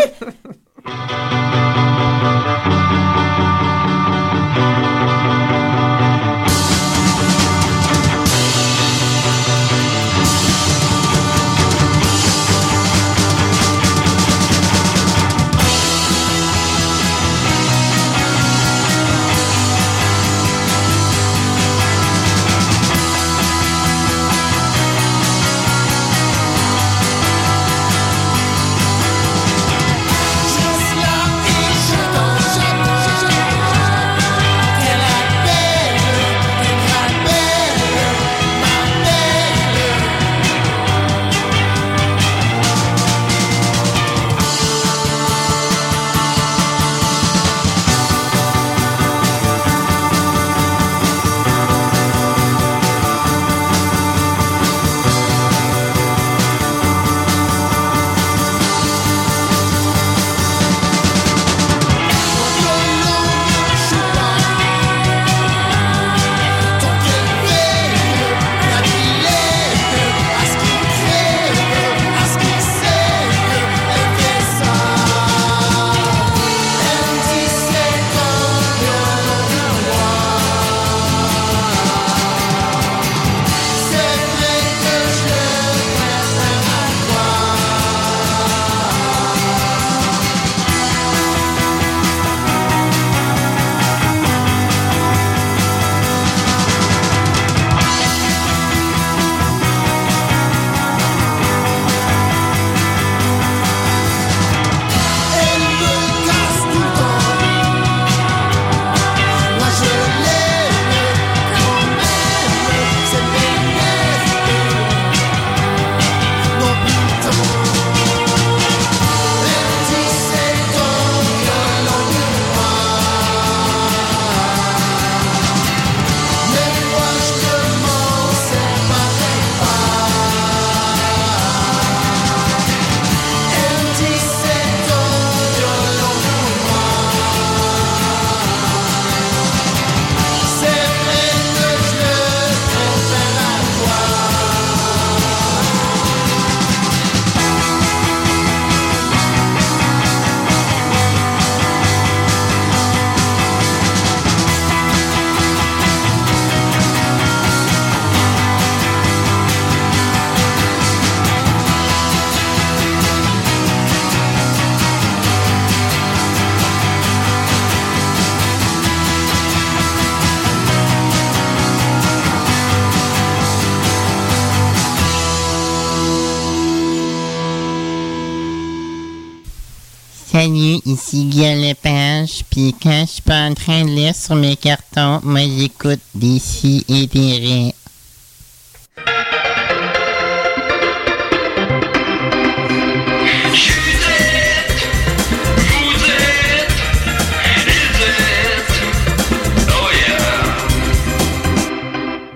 Salut, ici Guy Lepage, puis quand je suis pas en train de lire sur mes cartons, moi j'écoute des si et des ré.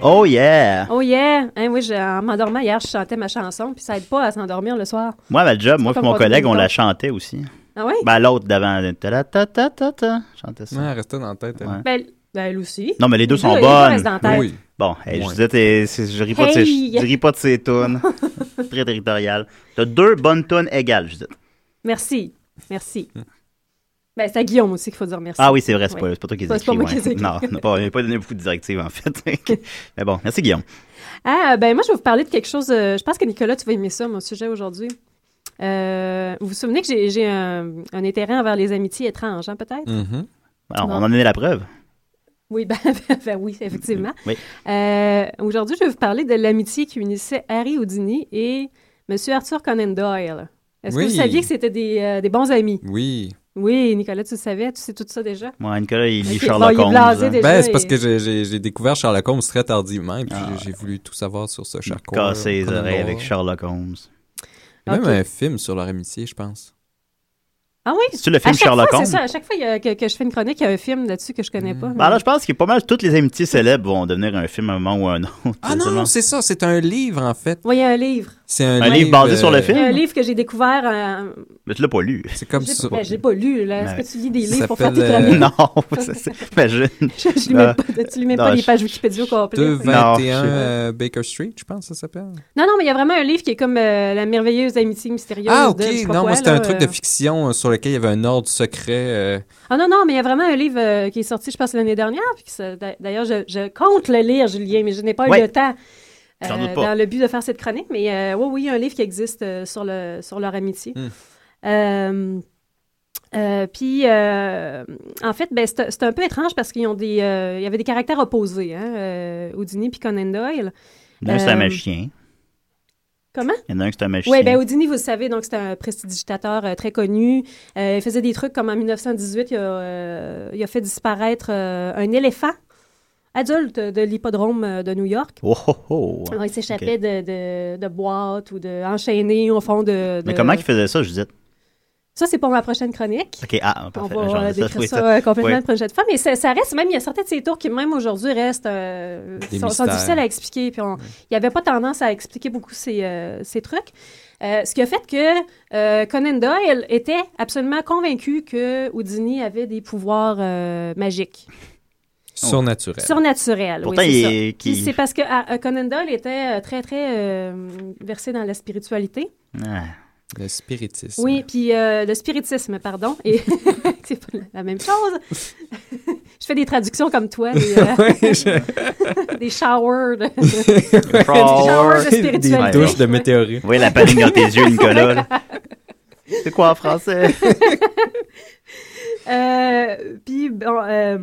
Oh yeah! Oh yeah! Hein, oui, je- en m'endormant hier, je chantais ma chanson, puis ça aide pas à s'endormir le soir. Moi, à ma job, moi pas et comme mon pas collègue, de on la bouton. chantait aussi. Ah ouais? Ben, l'autre d'avant. ta ta ta ta ta chantait ça. Ouais, elle restait dans la tête. elle. Ouais. Ben, elle- ben, elle aussi. Non, mais les deux sont les bonnes. restent dans la tête. Bon, hey, je Ouais. disais, t'es- c'est- je ris pas, de Hey! ces- je ris pas de ces <laughs> tunes. Très territorial. T'as deux bonnes tunes égales, je disais. Merci. Merci. Ben, c'est à Guillaume aussi qu'il faut dire merci. Ah oui, c'est vrai, c'est pas, Ouais. c'est pas toi qui les C'est pas écris. moi qui ouais. les écris. Non, on n'a pas, on n'a pas donné beaucoup de directives, en fait. <laughs> mais bon, merci Guillaume. Ah, ben moi, je vais vous parler de quelque chose. euh, je pense que Nicolas, tu vas aimer ça, mon sujet aujourd'hui. Euh, vous vous souvenez que j'ai- j'ai un, un intérêt envers les amitiés étranges, hein, peut-être? Mm. Alors, Bon. on en a donné la preuve. Oui, <laughs> ben, ben oui, effectivement. Oui. Euh, aujourd'hui, je vais vous parler de l'amitié qui unissait Harry Houdini et M. Arthur Conan Doyle. Est-ce Oui. que vous saviez que c'était des, euh, des bons amis? Oui. Oui, Nicolas, tu le savais, tu sais tout ça déjà? Moi, Nicolas, il lit Ok, Sherlock bon, il est Holmes. blasé hein. déjà, Ben, c'est parce et- que j'ai- j'ai j'ai découvert Sherlock Holmes très Ah, tardivement et puis j'ai- j'ai voulu tout savoir sur ce Sherlock Holmes. Casser les oreilles avec Sherlock Holmes. Même Ok. un film sur leur amitié, je pense. Ah oui? C'est le film à chaque Sherlock fois, Holmes? C'est ça, à chaque fois il y a- que, que je fais une chronique, il y a un film là-dessus que je connais pas. Ben, alors, je pense que pas mal toutes les amitiés célèbres vont devenir un film à un moment ou à un autre. Ah non, non, c'est ça, c'est un livre en fait. Oui, il y a un livre. C'est un, Un livre euh, basé sur le Il y a un film? livre que j'ai découvert. euh, Mais tu l'as pas lu. C'est comme j'ai- ben, j'ai pas lu. là. Est-ce Ouais. que tu lis des livres pour faire tes chroniques? euh, <laughs> Non, ça, c'est- imagine. Je, <laughs> je lis Non. même pas, tu lis même Non, pas les je- pages Wikipédia au complet. 221 Non, je- euh, Baker Street, je pense que ça s'appelle. Non, non, mais il y a vraiment un livre qui est comme euh, La merveilleuse amitié mystérieuse. Ah, de je sais ok. pas Non, quoi, moi, c'était là, un truc euh. de fiction euh, sur lequel il y avait un ordre secret. euh, Ah non, non, mais il y a vraiment un livre euh, qui est sorti, je pense, l'année dernière. puis que ça- d'a- D'ailleurs, je, je compte le lire, Julien, mais je n'ai pas Ouais. eu le temps. euh, J'en doute pas. dans le but de faire cette chronique, mais euh, oui, oui, il y a un livre qui existe euh, sur, le, sur leur amitié. Hmm. Euh, euh, puis, euh, en fait, ben, c'est c'est un peu étrange parce qu'ils ont des, euh, il y avait des caractères opposés, hein, euh, Houdini puis Conan Doyle. L'un, c'est un Euh, magicien. Comment? Il y en a un qui est un magicien. Oui, ben Houdini, vous le savez, donc c'est un prestidigitateur euh, très connu. Euh, il faisait des trucs comme en 1918, il a, euh, il a fait disparaître euh, un éléphant adulte de l'hippodrome euh, de New York. Oh, oh, oh. Alors, Ah, il s'échappait Ok. de, de, de boîtes ou de enchaîné au fond de. de- Mais comment il faisait ça, je disais? Ça, c'est pour ma prochaine chronique. Ok, ah, parfait. On J'en va ai ça, euh, décrire oui, ça, ça. euh, complètement Oui. de projet de femme. Mais ça, ça reste, même, il y a certains de ces tours qui, même aujourd'hui, restent. euh, Des sont, sont mystères. difficiles à expliquer. Puis on- il n'y avait pas tendance à expliquer beaucoup ces, euh, ces trucs. Euh, ce qui a fait que euh, Conan Doyle était absolument convaincu que Houdini avait des pouvoirs euh, magiques. Surnaturel. Surnaturel. Pourtant, oui, il c'est ça. est- Puis qui- C'est parce que ah, euh, Conan Doyle était euh, très, très euh, versé dans la spiritualité. ah. Le spiritisme. Oui, puis euh, le spiritisme, pardon. Et <laughs> c'est pas la même chose. je fais des traductions comme toi, <laughs> des, euh, Oui, <laughs> des showers de, des <laughs> showers de Ouais. spiritualité. de météorites. Oui, la panique dans tes yeux, Nicolas. <laughs> là. C'est quoi en français? Euh, puis bon, euh,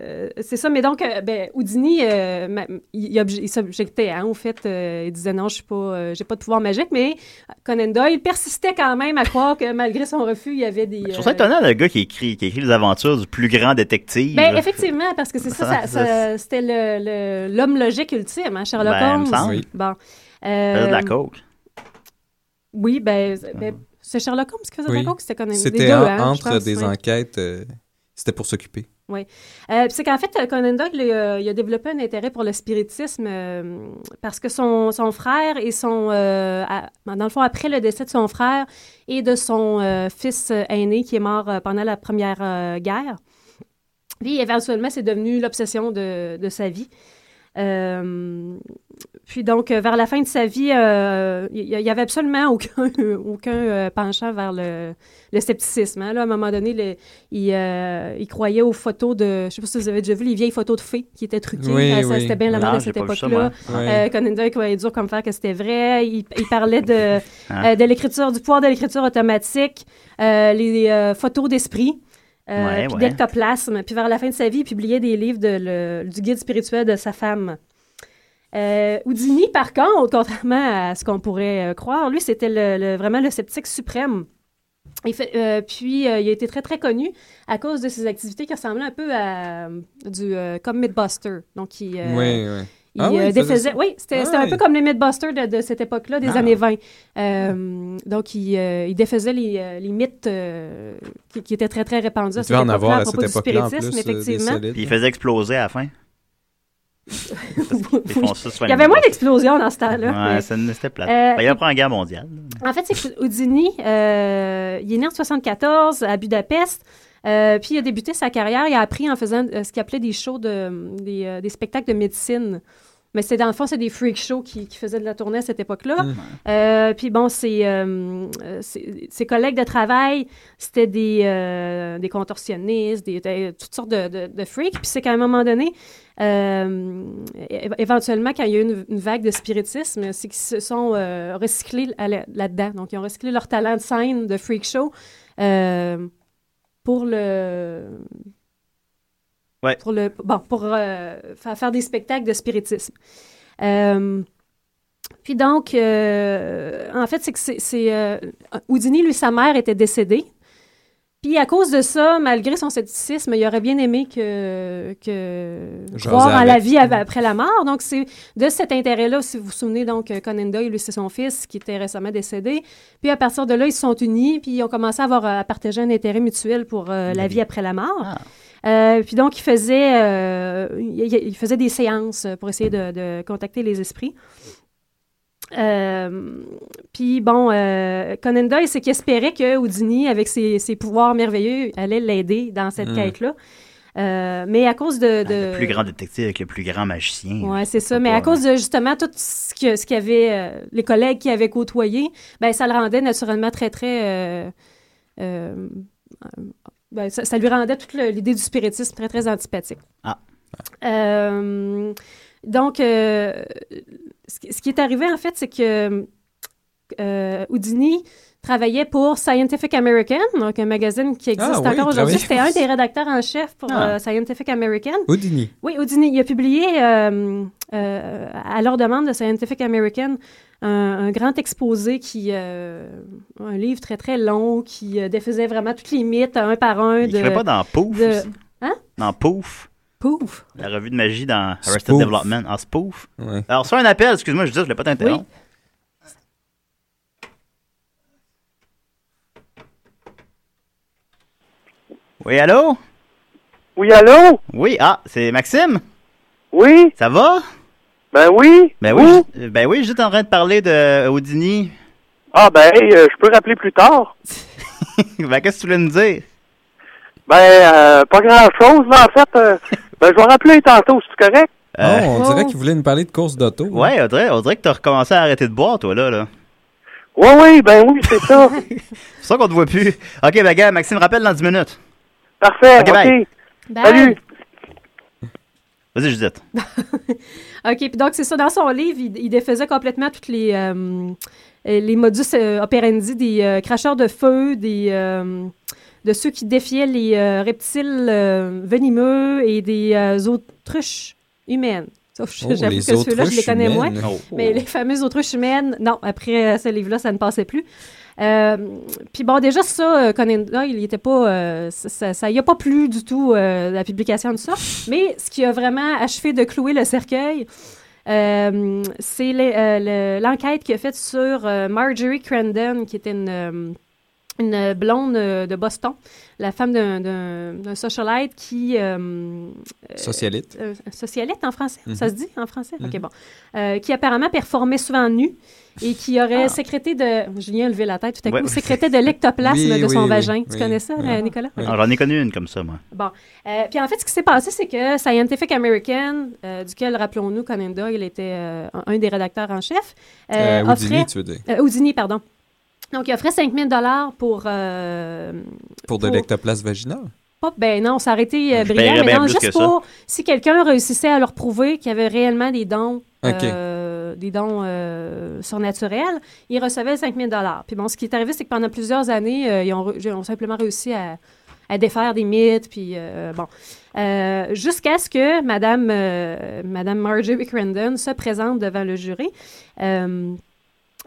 euh, c'est ça. Mais donc, euh, ben, Houdini, euh, ma- il, il obje- il s'objectait hein, au fait. euh, il disait non, je suis pas, euh, j'ai pas de pouvoir magique. Mais Conan Doyle persistait quand même à croire que malgré son refus, il y avait des. <laughs> Je euh, trouve ça étonnant, le gars qui écrit, qui écrit les aventures du plus grand détective. Ben, effectivement, parce que <laughs> c'est Ça, ça, ça- ça, ça- c'était le- le- l'homme logique ultime, hein, Sherlock Ben, il me Holmes. semble. Oui. Bon. Il Euh, faisait de la coke. Oui, ben, Ah. ben, c'est Sherlock Holmes qui faisait de Oui. la coke, c'était Conan. C'était des deux, en- hein, je entre pense, des ouais. enquêtes. euh, c'était pour s'occuper. Oui. Euh, puis c'est qu'en fait, euh, Conan Doyle, euh, il a développé un intérêt pour le spiritisme euh, parce que son, son frère et son... euh, à- dans le fond, après le décès de son frère et de son euh, fils aîné qui est mort euh, pendant la Première euh, Guerre, puis éventuellement, c'est devenu l'obsession de, de sa vie. Euh, puis donc, euh, vers la fin de sa vie, euh, il n'y avait absolument aucun, <laughs> aucun euh, penchant vers le, le scepticisme. hein. Là, à un moment donné, le- il, euh, il croyait aux photos de... Je ne sais pas si vous avez déjà vu les vieilles photos de fées qui étaient truquées. Oui, Ah, ça, oui. C'était bien la Non, mode à j'ai cette pas vu ça, époque-là. moi. Euh, Ouais. Conan Doyle croyait dur comme faire que c'était vrai. Il, il <laughs> parlait de, Hein? euh, de l'écriture, du pouvoir de l'écriture automatique, euh, les euh, photos d'esprit. Euh, Ouais, puis ouais. d'ectoplasme. Puis vers la fin de sa vie, il publiait des livres de le- du guide spirituel de sa femme. Euh, Houdini, par contre, contrairement à ce qu'on pourrait euh, croire, lui, c'était le- le- vraiment le sceptique suprême. Il fait- euh, puis, euh, il a été très, très connu à cause de ses activités qui ressemblaient un peu à euh, du, euh, comme Mythbuster. Donc, il, euh, Oui, oui. il, Ah oui, euh, il faisait défaisait. ça? Oui, c'était Ah c'était un oui. peu comme les Mythbusters de, de cette époque-là, des Ah. années 20. Euh, donc, il, euh, il défaisait les, euh, les mythes euh, qui, qui étaient très, très répandus à Il cette devait en époque-là avoir à à cette propos du époque-là, en spiritisme, plus, euh, des effectivement. solides. Puis il faisait exploser à la fin. <laughs> Ils font ça souvent. Il y avait moins d'explosions dans ce temps-là. Ouais, mais- ça c'était plate. Euh, Ben, il apprend la guerre mondiale. En fait, c'est que Houdini, euh, il est né en 74 à Budapest. euh, puis il a débuté sa carrière, il a appris en faisant euh, ce qu'il appelait des shows, de, des, euh, des spectacles de médecine. Mais c'est dans le fond, c'est des freak shows qui, qui faisaient de la tournée à cette époque-là. Mhm. Euh, puis bon, ses, euh, euh, ses, ses collègues de travail, c'était des, euh, des contorsionnistes, des, des- toutes sortes de, de, de freaks. Puis c'est qu'à un moment donné, euh, é- éventuellement, quand il y a eu une, une vague de spiritisme, c'est qu'ils se sont euh, recyclés à la- là-dedans. Donc, ils ont recyclé leur talent de scène, de freak show, euh, pour le... Ouais. Pour le, bon, pour euh, fa- faire des spectacles de spiritisme. Euh, puis donc, euh, en fait, c'est que c'est- c'est... euh, Houdini, lui, sa mère était décédée. Puis à cause de ça, malgré son scepticisme, il aurait bien aimé que, que Jaser croire en avec. la vie av- après la mort. Donc, c'est de cet intérêt-là, si vous vous souvenez, donc, euh, Conan Doyle, lui, c'est son fils qui était récemment décédé. Puis à partir de là, ils se sont unis, puis ils ont commencé à, avoir, euh, à partager un intérêt mutuel pour euh, la vie après la mort. Ah. Euh, puis donc, il faisait, euh, il, il- il faisait des séances pour essayer de, de contacter les esprits. Euh, puis bon, euh, Conan Doyle, c'est qu'il espérait que Houdini, avec ses, ses pouvoirs merveilleux, allait l'aider dans cette Mm. quête-là. Euh, mais à cause de... de- Ah, Le plus grand détective avec le plus grand magicien. Ouais, c'est ça. Mais à cause de justement tout ce que ce qu'il y avait, euh, les collègues qui avaient côtoyé, ben ça le rendait naturellement très très. euh, euh, euh, ben, ça, ça lui rendait toute le- l'idée du spiritisme très très antipathique. Ah. Euh, donc, euh, ce, qui- ce qui est arrivé en fait, c'est que euh, Houdini travaillait pour Scientific American, donc un magazine qui existe Ah oui, encore aujourd'hui. travaillait- C'était un des rédacteurs en chef pour Ah. euh, Scientific American. Houdini. Oui, Houdini. Il a publié, euh, euh, à leur demande de Scientific American, un, un grand exposé qui. euh, un livre très, très long qui euh, défaisait vraiment toutes les mythes un par un. Il de- écrivait pas dans Pouf de- aussi? Hein? Dans Pouf. Pouf. La revue de magie dans Arrested Spoof. Development. Ah, Spoof. Alors, sur un appel, excuse-moi, je dis, je voulais pas t'interrompre. Oui, allô? Oui, allô? Oui, ah, c'est Maxime? Oui. Ça va? Ben oui. Ben oui, je- ben oui, j'étais en train de parler de euh, Houdini. Ah, ben, je peux rappeler plus tard. <laughs> ben, qu'est-ce que tu voulais nous dire? Ben, euh, pas grand-chose, là, en fait. euh, ben, je vais rappeler tantôt, c'est correct? Oh, on dirait qu'il voulait nous parler de course d'auto. Ouais, on dirait, on dirait que t'as recommencé à arrêter de boire, toi, là. là. Oui, oui, ben oui, c'est ça. <laughs> C'est ça qu'on te voit plus. OK, ben, gars, Maxime, rappelle dans 10 minutes. Parfait, OK, bye. Bye. Salut. Vas-y, Judith. OK, puis donc c'est ça. Dans son livre, il, il défaisait complètement toutes les, euh, les modus euh, operandi des euh, cracheurs de feu, des, euh, de ceux qui défiaient les euh, reptiles euh, venimeux et des euh, autruches humaines. Sauf que Oh, j'avoue les que ceux-là, je les autruches connais moins. humaines. Oh. Mais les fameuses autruches humaines, non, après euh, ce livre-là, ça ne passait plus. Euh, Puis bon, déjà, ça, euh, Conan Doyle, il était pas. euh, ça- ça, ça y a pas plu du tout, euh, la publication de ça. Mais ce qui a vraiment achevé de clouer le cercueil, euh, c'est les- euh, le- l'enquête qu'il a faite sur euh, Marjorie Crandon, qui était une. euh, une blonde euh, de Boston, la femme d'un- d'un d'un socialite qui... euh, Socialite. euh, socialite en français, Mm-hmm. Mhm. ça se dit en français? OK, Mhm. bon. Euh, qui apparemment performait souvent nu et qui aurait sécrété de... Julien a levé la tête tout à Ah. Ouais. coup. Sécrété de l'ectoplasme Oui, de son oui, vagin. oui, tu oui, connais ça, oui. euh, Nicolas? OK. Alors, j'en ai connu une comme ça, moi. Bon. Euh, puis en fait, ce qui s'est passé, c'est que Scientific American, euh, duquel, rappelons-nous, Conan Doyle était euh, un- un des rédacteurs en chef, Euh, Houdini, offrait- tu veux dire. Euh, Houdini, pardon. Donc, il offrait 5 000 pour... euh, Pour de l'ectoplasme vaginal. pas- ben non, ça aurait été euh, Je brillant, paierais mais bien non, plus que juste ça. pour... Si quelqu'un réussissait à leur prouver qu'il y avait réellement des dons... Ok. euh, des dons euh, surnaturels, il recevait 5 000 Puis bon, ce qui est arrivé, c'est que pendant plusieurs années, euh, ils, ont, re- ils ont simplement réussi à, à défaire des mythes, puis euh, bon. Euh, Jusqu'à ce que Madame, euh, Madame Marjorie Crandon se présente devant le jury. Euh,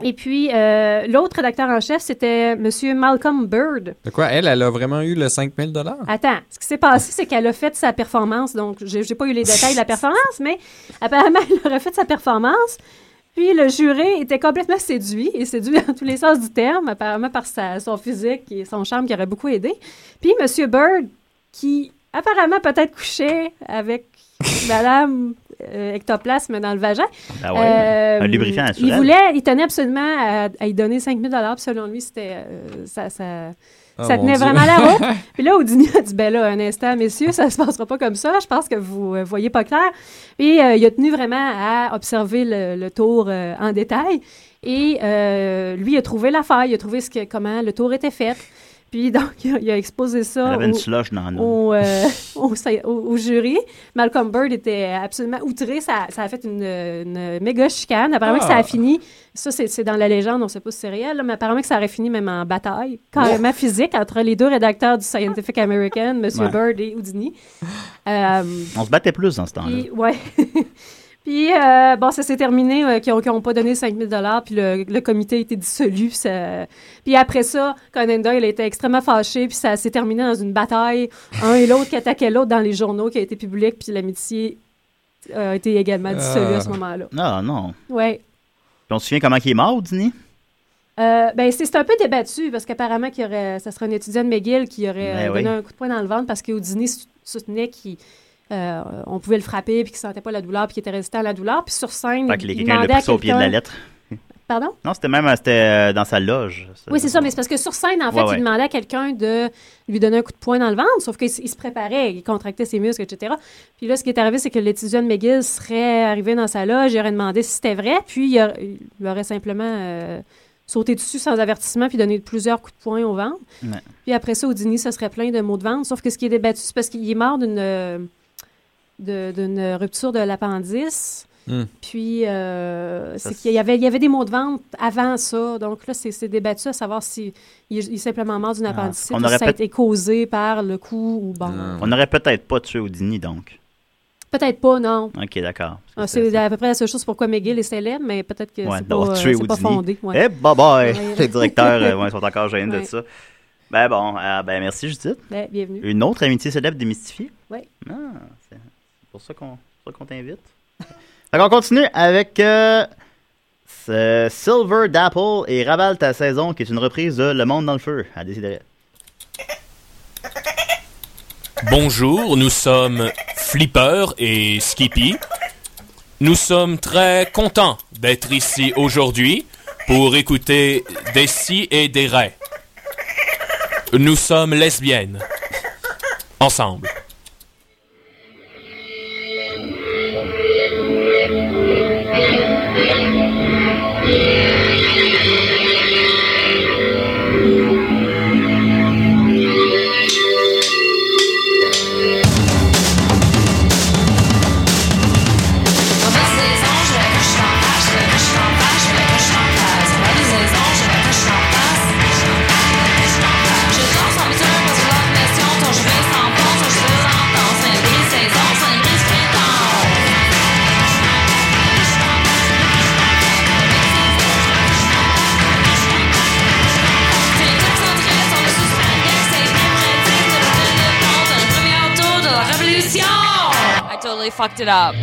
Et puis, euh, l'autre rédacteur en chef, c'était M. Malcolm Bird. De quoi? Elle, elle a vraiment eu le 5000 Attends, ce qui s'est passé, c'est qu'elle a fait sa performance. Donc, j'ai j'ai pas eu les détails de <laughs> la performance, mais apparemment, elle aurait fait sa performance. Puis le juré était complètement séduit, et séduit dans tous les sens du terme, apparemment par sa, son physique et son charme qui aurait beaucoup aidé. Puis M. Bird, qui apparemment peut-être couchait avec <laughs> Madame euh, Ectoplasme dans le vagin. Ben ouais, un lubrifiant à Euh, Il Sorel. voulait, il tenait absolument à, à y donner 5 000 puis selon lui, c'était, euh, ça, ça, Oh, ça mon tenait Dieu. vraiment la <laughs> route. Puis là, Houdini a dit, ben là, un instant, messieurs, ça se passera pas comme ça. Je pense que vous euh, voyez pas clair. Et euh, il a tenu vraiment à observer le, le tour euh, en détail. Et euh, lui, il a trouvé la faille, il a trouvé ce que, comment le tour était fait. Puis donc, <laughs> il a, il a exposé ça Elle avait une au- slush dans le au, euh, au, au- au jury. Malcolm Bird était absolument outré. Ça, ça a fait une, une méga chicane. Apparemment que ça Ah. a fini. Ça, c'est c'est dans la légende. On ne sait pas si c'est réel, là, mais apparemment que ça aurait fini même en bataille, carrément physique, entre les deux rédacteurs du Scientific American, M. Ouais. Bird et Houdini. Euh, On se battait plus dans ce temps-là. puis, ouais. <laughs> Puis, euh, bon, ça s'est terminé, euh, qu'ils n'ont pas donné 5 000 puis le, le comité a été dissolu. ça- Puis après ça, Conan Doyle était extrêmement fâché, puis ça s'est terminé dans une bataille, un et l'autre qui attaquaient l'autre dans les journaux qui a été public, puis l'amitié euh, a été également dissolue à ce moment-là. Ah non. Ouais. Puis on se souvient comment il est mort, Dini? Euh, ben, c'est c'est un peu débattu parce qu'apparemment, qu'il y aurait, ça serait une étudiante McGill qui aurait Ben euh, donné oui. un coup de poing dans le ventre parce qu'Houdini sou- soutenait qu'on pouvait le frapper puis qu'il sentait pas la douleur puis qu'il était résistant à la douleur. Puis sur scène, Fait que il quelqu'un l'a demandait à poussé au pied de la quelqu'un- lettre. Pardon? Non, c'était même euh, c'était, euh, dans sa loge. ça. Oui, c'est ça, mais c'est parce que sur scène, en fait, Ouais, ouais. il demandait à quelqu'un de lui donner un coup de poing dans le ventre, sauf qu'il s- il se préparait, il contractait ses muscles, etc. Puis là, ce qui est arrivé, c'est que l'étudiante McGill serait arrivée dans sa loge, il aurait demandé si c'était vrai, puis il, a- il lui aurait simplement euh, sauté dessus sans avertissement, puis donné plusieurs coups de poing au ventre. Ouais. Puis après ça, au dîner, ça serait plein de mots de ventre, sauf que ce qui est débattu, c'est parce qu'il est mort d'une euh, de- d'une rupture de l'appendice. Hmm. Puis, euh, Ça, c'est qu'il y avait, il y avait des mots de vente avant ça. Donc là, c'est c'est débattu à savoir si il, est- il est simplement mort d'une appendicite Ah, on ou aurait si ça a peut- été causé par le coup ou bon. On n'aurait peut-être pas tué Houdini, donc. Peut-être pas, non. Ok, d'accord. Ah, C'est à peu près la seule chose pourquoi McGill est célèbre, mais peut-être que Ouais, c'est pas, d'avoir euh, tué c'est pas Houdini. fondé. ouais. Eh, bye bye. Ouais. <laughs> Les directeurs euh, ouais, sont encore gênés Ouais. de ça. Ben bon, ah, ben merci Judith. Ben, bienvenue. Une autre amitié célèbre démystifiée. Ouais. Ah, c'est c'est pour ça qu'on c'est pour ça qu'on t'invite. <laughs> Fait qu'on continue avec euh, ce Silver d'Apple et Raval ta saison, qui est une reprise de Le Monde dans le Feu, à décider. Bonjour, nous sommes Flipper et Skippy. Nous sommes très contents d'être ici aujourd'hui pour écouter des si et des raies. Nous sommes lesbiennes. Ensemble. I totally fucked it up.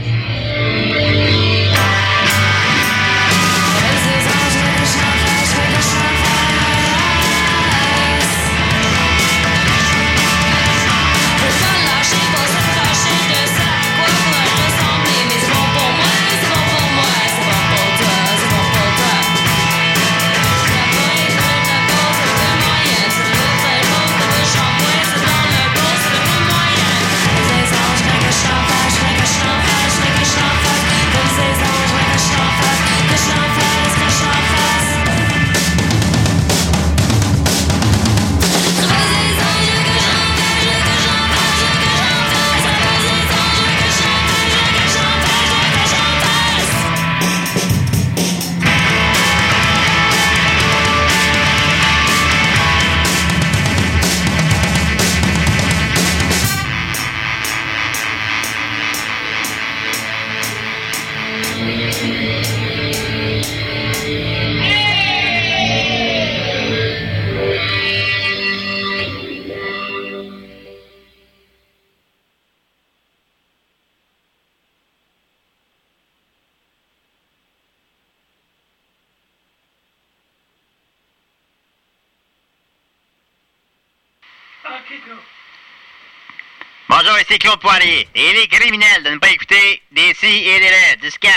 Bonjour, ici Claude Poirier. Et il est criminel de ne pas écouter des si et des là, du scat.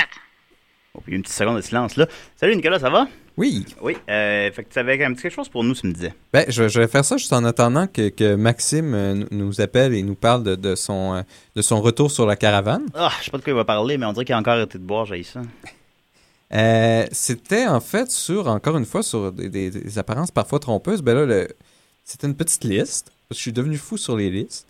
Oh, puis une petite seconde de silence, là. Salut, Nicolas, ça va? Oui. Oui, euh, fait que tu avais un petit quelque chose pour nous, tu me disais. Ben, je, je vais faire ça juste en attendant que, que Maxime euh, nous- nous appelle et nous parle de, de son, euh, de son retour sur la caravane. Ah, je sais pas de quoi il va parler, mais on dirait qu'il a encore arrêté de boire, j'ai ça. Euh, C'était en fait sur, encore une fois, sur des, des- des apparences parfois trompeuses. Ben là, le- c'était une petite liste, parce que je suis devenu fou sur les listes.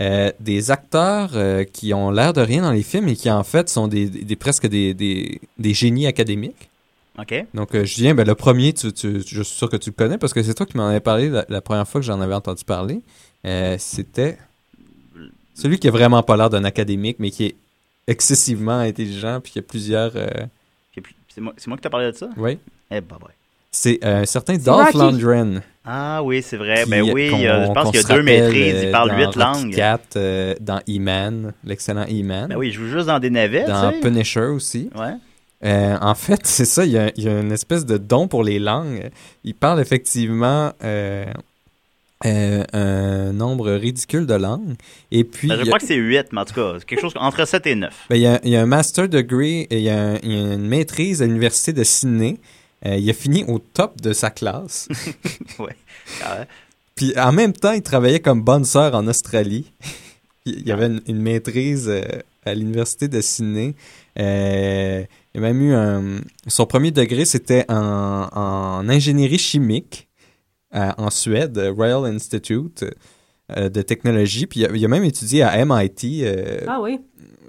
Euh, des acteurs euh, qui ont l'air de rien dans les films et qui en fait sont des, des- des- presque des, des- des génies académiques. OK? Donc, euh, Julien, ben, le premier, tu, tu- je suis sûr que tu le connais parce que c'est toi qui m'en avais parlé la, la première fois que j'en avais entendu parler. Euh, C'était celui qui a vraiment pas l'air d'un académique, mais qui est excessivement intelligent puis qui a plusieurs. euh, C'est moi, c'est moi qui t'ai parlé de ça? Oui. Eh, bah, ouais. C'est euh, un certain C'est Dolph Rocky. Lundgren. Ah oui, c'est vrai. qui- ben oui, qu'on- euh, je pense qu'on qu'il y se a deux rappelle, maîtrises. Il euh, parle dans huit Rocky langues. IV, euh, dans E-Man, l'excellent E-Man. Ben oui, il joue juste dans des navets, Dans tu sais. Punisher aussi. Ouais. Euh, en fait, <laughs> c'est ça, il y, a, il y a une espèce de don pour les langues. Il parle effectivement euh, euh, un nombre ridicule de langues. Et puis, Ben, je il y a- crois que c'est 8, mais en tout cas, c'est quelque chose entre 7 et 9. ben, il, y a, il y a un master degree et il y a, un- il y a une maîtrise à l'université de Sydney. Euh, il a fini au top de sa classe. ouais. Puis en même temps, il travaillait comme bonne sœur en Australie. il y avait une, une maîtrise euh, à l'université de Sydney. Euh, il y a même eu un... Son premier degré, c'était en, en ingénierie chimique euh, en Suède, euh, Royal Institute euh, de technologie. Puis il a, il a même étudié à MIT, euh, Ah oui.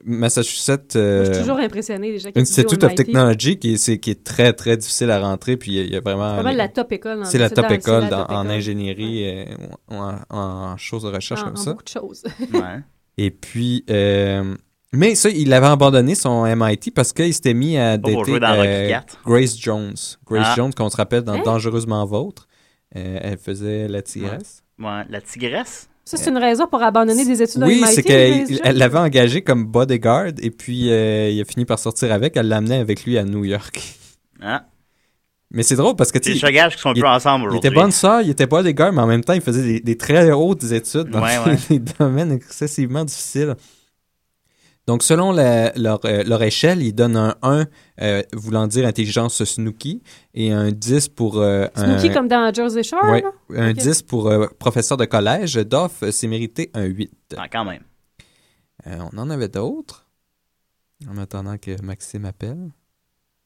Massachusetts. euh, Je suis toujours impressionné des gens qui étudient au Institute of MIT. Technology, qui est, c'est- qui est très, très difficile à rentrer. Puis il y a, il y a vraiment. C'est pas mal la top école en- C'est la c'est top dans- école c'est la dans- top en école. ingénierie, euh, ou en, en choses de recherche En- comme en ça. beaucoup de choses. Et puis. euh, mais ça, il avait abandonné son MIT parce qu'il s'était mis à Pas pour dater jouer dans Rocky IV. Euh, Grace Jones. Grace Ah. Jones, qu'on se rappelle dans Hein? Dangereusement Vôtre. Euh, elle faisait la tigresse. Ouais, la tigresse. Ça, c'est une raison pour abandonner des études à Oui, MIT. c'est les qu'elle gens. elle l'avait engagé comme bodyguard et puis euh, il a fini par sortir avec. Elle l'amenait avec lui à New York. Ah. Mais c'est drôle parce que tu C'est les sais, chagages qui sont il- plus ensemble Il était aujourd'hui. bonne sœur, il était bodyguard, mais en même temps, il faisait des, des très hautes études dans <laughs> Ouais, des, ouais. des domaines excessivement difficiles. Donc, selon la- leur, euh, leur échelle, ils donnent un 1 euh, voulant dire intelligence snooki et un 10 pour. euh, Snooki un- comme dans Jersey Shore. Ouais, là? un Ok. 10 pour euh, professeur de collège. Doff euh, s'est mérité un 8. Ah, quand même. on en avait d'autres. En attendant que Maxime appelle.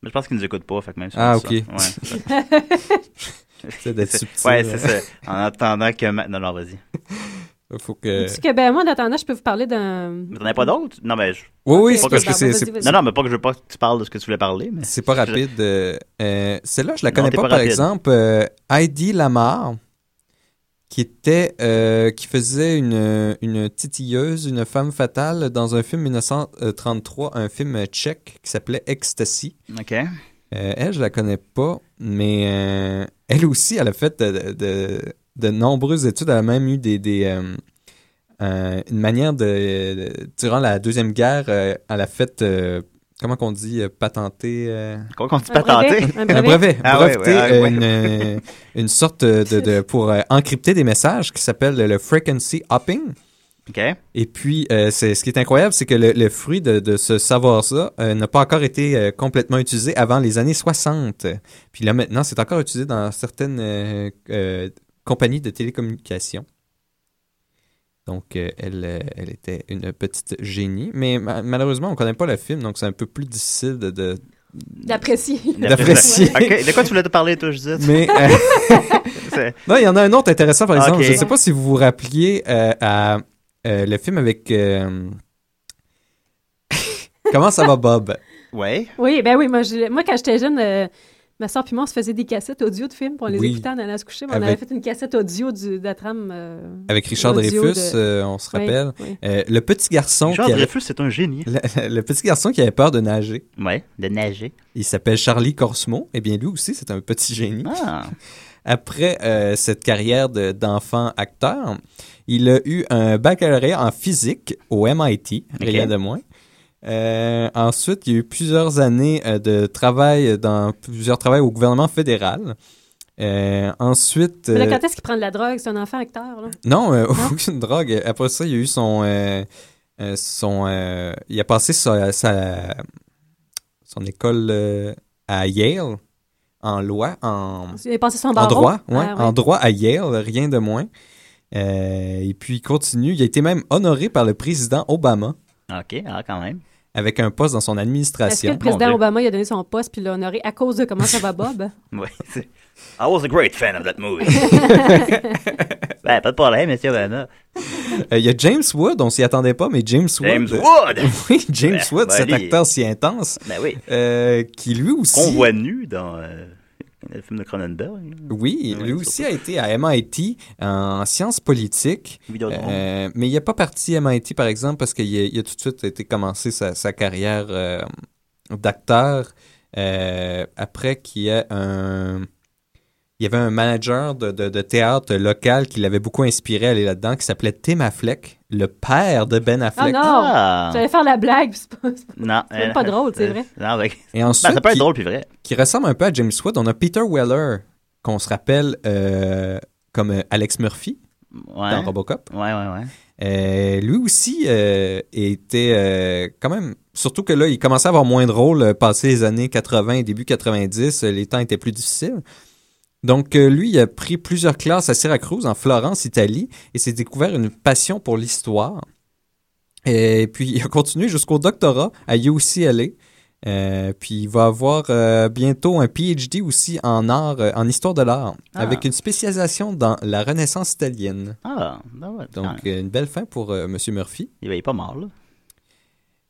Mais je pense qu'ils nous écoutent pas, fait que même si on Ah, dit ok. ça, ouais. <laughs> J'essaie d'être subtil, Ouais, c'est hein. ça. En attendant que. ma- Non, non, vas-y. Faut que. Dis que, ben, moi, en attendant, je peux vous parler d'un. Mais t'en as pas d'autres? Non, mais je. Oui, oui, Pas c'est parce que c'est- vas-y, c'est- vas-y. Non, non, mais pas que je veux pas que tu parles de ce que tu voulais parler. Mais... C'est pas rapide. euh, euh, Celle-là, je la Non, connais t'es pas, pas par rapide. exemple. euh, Heidi Lamar, qui était, euh, qui faisait une, une titilleuse, une femme fatale dans un film 1933, un film tchèque qui s'appelait Ecstasy. OK. Euh, elle, je la connais pas, mais euh, elle aussi, elle a fait de, de- de nombreuses études. Elle a même eu des, des, euh, euh, une manière de, de- Durant la Deuxième Guerre, euh, elle a fait... euh, comment qu'on dit? euh, patenter... euh, Comment qu'on dit Un patenter? brevet, un Un brevet. brevet. Ah ouais, breveter, ouais, ah euh, ouais. Une, euh, une sorte de... de- pour euh, encrypter des messages qui s'appelle le frequency hopping. OK. Et puis, euh, c'est, ce qui est incroyable, c'est que le, le fruit de, de ce savoir-là euh, n'a pas encore été euh, complètement utilisé avant les années 60. Puis là, maintenant, c'est encore utilisé dans certaines euh, euh, compagnies de télécommunications. Donc, euh, elle, euh, elle était une petite génie. Mais ma- malheureusement, on ne connaît pas le film, donc c'est un peu plus difficile de... de- D'apprécier. D'apprécier. <laughs> OK, de quoi tu voulais te parler, toi, je disais? <laughs> Mais... euh, <laughs> C'est- non, il y en a un autre intéressant, par exemple. Ok. Je ne sais pas si vous vous rappeliez euh, à euh, le film avec... euh, <laughs> Comment ça va, Bob? Ouais. Oui, ben oui, moi, je l'ai- moi quand j'étais jeune, euh, ma soeur puis moi, on se faisait des cassettes audio de films pour les Oui. écouter en allant se coucher. mais On Avec- avait fait une cassette audio du, de la trame. euh, Avec Richard audio Dreyfus, de- euh, on se Oui, rappelle. oui. Euh, le petit garçon. Richard qui avait- Dreyfus, c'est un génie. <laughs> Le, le petit garçon qui avait peur de nager. Ouais, de nager. Il s'appelle Charlie Corsmo. Eh bien, lui aussi, c'est un petit génie. Ah. Après euh, cette carrière de- d'enfant acteur, il a eu un baccalauréat en physique au MIT, rien de moins. Euh, ensuite, il y a eu plusieurs années euh, de travail dans plusieurs travails au gouvernement fédéral. Euh, ensuite. Mais là, euh, quand est-ce qu'il prend de la drogue? C'est un enfant acteur, là. Non, euh, aucune drogue. Après ça, il a eu son. euh, euh, son euh, il a passé sa, sa- son école euh, à Yale, en loi, en, Il a passé son en barreau? droit. ouais, Ah, ouais. En droit à Yale, rien de moins. Euh, et puis, il continue. Il a été même honoré par le président Obama. OK, ah, quand même. Avec un poste dans son Est-ce que administration. le président Obama il a donné son poste puis l'a honoré à cause de comment ça <laughs> va Bob? Oui. <laughs> c'est- I was a great fan of that movie. <laughs> ben, pas de problème, monsieur Obama. Euh, Il y a James Wood, on s'y attendait pas, mais James Wood. James Euh, <laughs> Wood! oui, James Ben, Wood, ben, cet lui, acteur si intense. Ben oui. euh, qui lui aussi. Qu'on voit nu dans euh, le film de Cronenberg. Oui, lui aussi a été à MIT en sciences politiques. Euh, mais il n'est pas parti à MIT, par exemple, parce qu'il a, il a tout de suite été commencé sa, sa carrière euh, d'acteur euh, après qu'il y ait un. Il y avait un manager de, de- de théâtre local qui l'avait beaucoup inspiré à aller là-dedans, qui s'appelait Tim Affleck, le père de Ben Ah Affleck. non! J'allais faire la blague, puis c'est pas, c'est pas- Non, euh, c'est même pas drôle, c'est vrai. Non, ben, Et ensuite, ça peut être qui- drôle, puis vrai. Qui ressemble un peu à James Wood. On a Peter Weller, qu'on se rappelle euh, comme euh, Alex Murphy Ouais. dans Robocop. Ouais, ouais, ouais. Euh, lui aussi euh, était euh, quand même. Surtout que là, il commençait à avoir moins de rôles euh, passé les années 80, début 90. euh, Les temps étaient plus difficiles. Donc, euh, lui, il a pris plusieurs classes à Syracuse, en Florence, Italie, et s'est découvert une passion pour l'histoire. Et puis, il a continué jusqu'au doctorat à UCLA. Euh, puis, il va avoir euh, bientôt un PhD aussi en art, euh, en histoire de l'art, Ah. avec une spécialisation dans la Renaissance italienne. Ah, ben ouais, Donc, quand même. euh, une belle fin pour euh, Monsieur Murphy. Il n'est pas mort, là.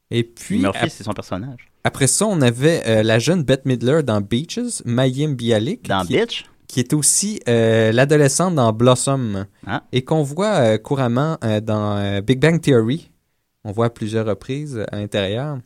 Et puis, Murphy, ap- c'est son personnage. après ça, on avait euh, la jeune Bette Midler dans Beaches, Mayim Bialik. Dans qui, Bitch? Qui est aussi euh, l'adolescente dans Blossom. Ah. Et qu'on voit euh, couramment euh, dans euh, Big Bang Theory. On voit à plusieurs reprises euh, à l'intérieur.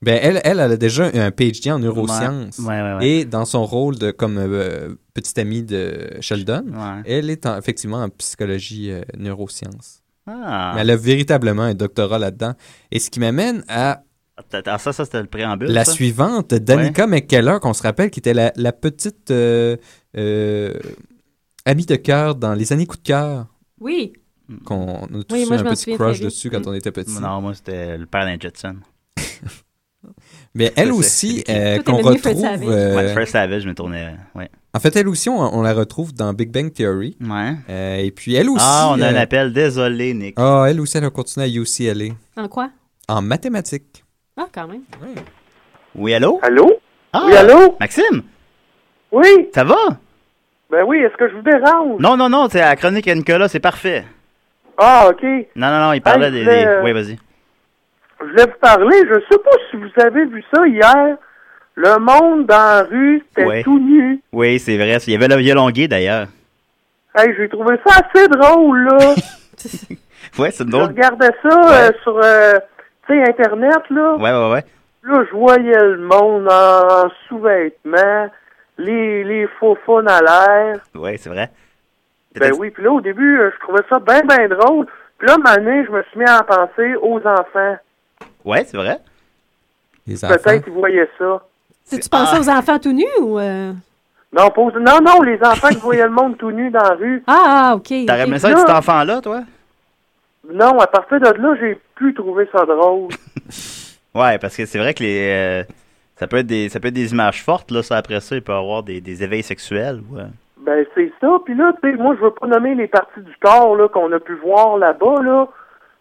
Ben, elle, elle, elle a déjà un PhD en neurosciences. Ouais, ouais, ouais, ouais. Et dans son rôle de comme euh, petite amie de Sheldon, Ouais. elle est en- effectivement en psychologie euh, neurosciences. Ah. Mais elle a véritablement un doctorat là-dedans. Et ce qui m'amène à Attends, ça, ça, c'était le préambule. la ça? suivante, Danica McKellar, qu'on se rappelle, qui était la, la petite euh, euh, amie de cœur dans les années coup de cœur. Oui. Qu'on on a tous Oui, eu moi, je un m'en petit souviens crush très dessus bien. Mm. quand on était petit. Non, moi, c'était le père d'un Jetson. Mais elle aussi, euh, Toi, qu'on t'aimais mieux Fred retrouve. Savage. euh, Ouais, Fred Savage, je me tournais. Ouais. en fait, elle aussi, on, on la retrouve dans Big Bang Theory. Euh, et puis elle aussi. Ah, on a un euh, appel. Désolé, Nick. Ah, elle aussi, elle a continué à UCLA. En quoi? En mathématiques. Ah, quand même. Oui, allô? Allô? Ah, Oui, allô? Maxime? Oui? Ça va? Ben oui, est-ce que je vous dérange? Non, non, non, c'est la chronique à Nicolas, c'est parfait. Ah, OK. Non, non, non, il Ah, parlait je des. voulais, des- euh, Oui, vas-y. Je voulais vous parler, je sais pas si vous avez vu ça hier. Le monde dans la rue, c'était Ouais. tout nu. Oui, c'est vrai. Il y avait le violongué, d'ailleurs. Hey, j'ai trouvé ça assez drôle, <laughs> là. Ouais, c'est Je drôle. regardais ça euh, sur, euh, tu sais, Internet, là. Ouais, ouais, ouais. Là, je voyais le monde en, en sous-vêtements, les, les faux fun à l'air. Ouais, c'est vrai. Ben oui, puis là, au début, euh, je trouvais ça bien, bien drôle. Puis là, un moment donné, je me suis mis à en penser aux enfants. Ouais, c'est vrai. Les Peut-être qu'ils voyaient ça. Tu pensais Ah. aux enfants tout nus ou. euh? Non, pas aux- non, non, les enfants qui voyaient le monde tout nu dans la rue. Ah, ah, OK. T'aurais aimé ça, être cet enfant-là, toi? Non, à partir de là, j'ai plus trouvé ça drôle. Ouais, parce que c'est vrai que les. euh, ça, peut être des, ça peut être des images fortes, là, ça après ça, il peut y avoir des, des éveils sexuels. Ouais. Ben, c'est ça. Puis là, tu sais, moi, je veux pas nommer les parties du corps là, qu'on a pu voir là-bas, là.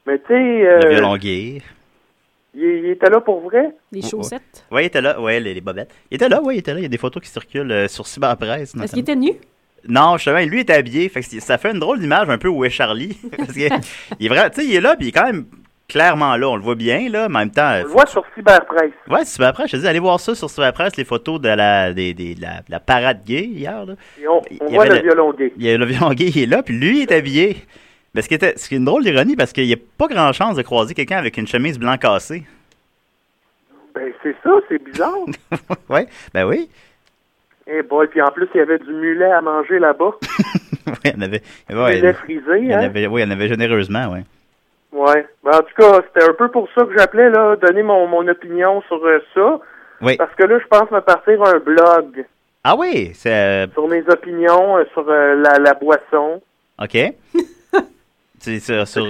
Mais tu sais, Le euh, violongué. il, il était là pour vrai. Les chaussettes. Ouais, il était là, ouais, les, les bobettes. Il était là, ouais, il était là. Il y a des photos qui circulent euh, sur Cyberpresse. Est-ce qu'il était nu? Non, justement, lui est habillé. Fait que c'est- ça fait une drôle d'image un peu où est Charlie. <laughs> Parce que il est vraiment, tu sais, il est là, puis il est quand même clairement là. On le voit bien, là. Mais en même temps. On le voit sur Cyberpresse. Ouais, Cyberpresse, je te dis, allez voir ça sur Cyberpresse, les photos de la, des, des- de la, de la parade gay hier, là. Et on, on Il y voit avait le, violon gay. Il y a le violon gay, il est là, puis lui est habillé. Mais ce qui, était, ce qui est une drôle d'ironie, parce qu'il n'y a pas grand chance de croiser quelqu'un avec une chemise blanc cassée. <laughs> Ben, c'est ça, c'est bizarre. ouais, ben oui. <laughs> Eh boy, puis en plus, il y avait du mulet à manger là-bas. Ouais, il y en avait. ouais, mulet frisé, il y en hein? avait- oui, il y en avait généreusement, ouais. Ouais. Ben, en tout cas, c'était un peu pour ça que j'appelais, là, donner mon, mon opinion sur euh, ça. Oui. Parce que là, je pense me partir un blog. Ah oui, c'est... euh, Sur mes opinions, euh, sur euh, la, la boisson. OK. <laughs> c'est sur, sur,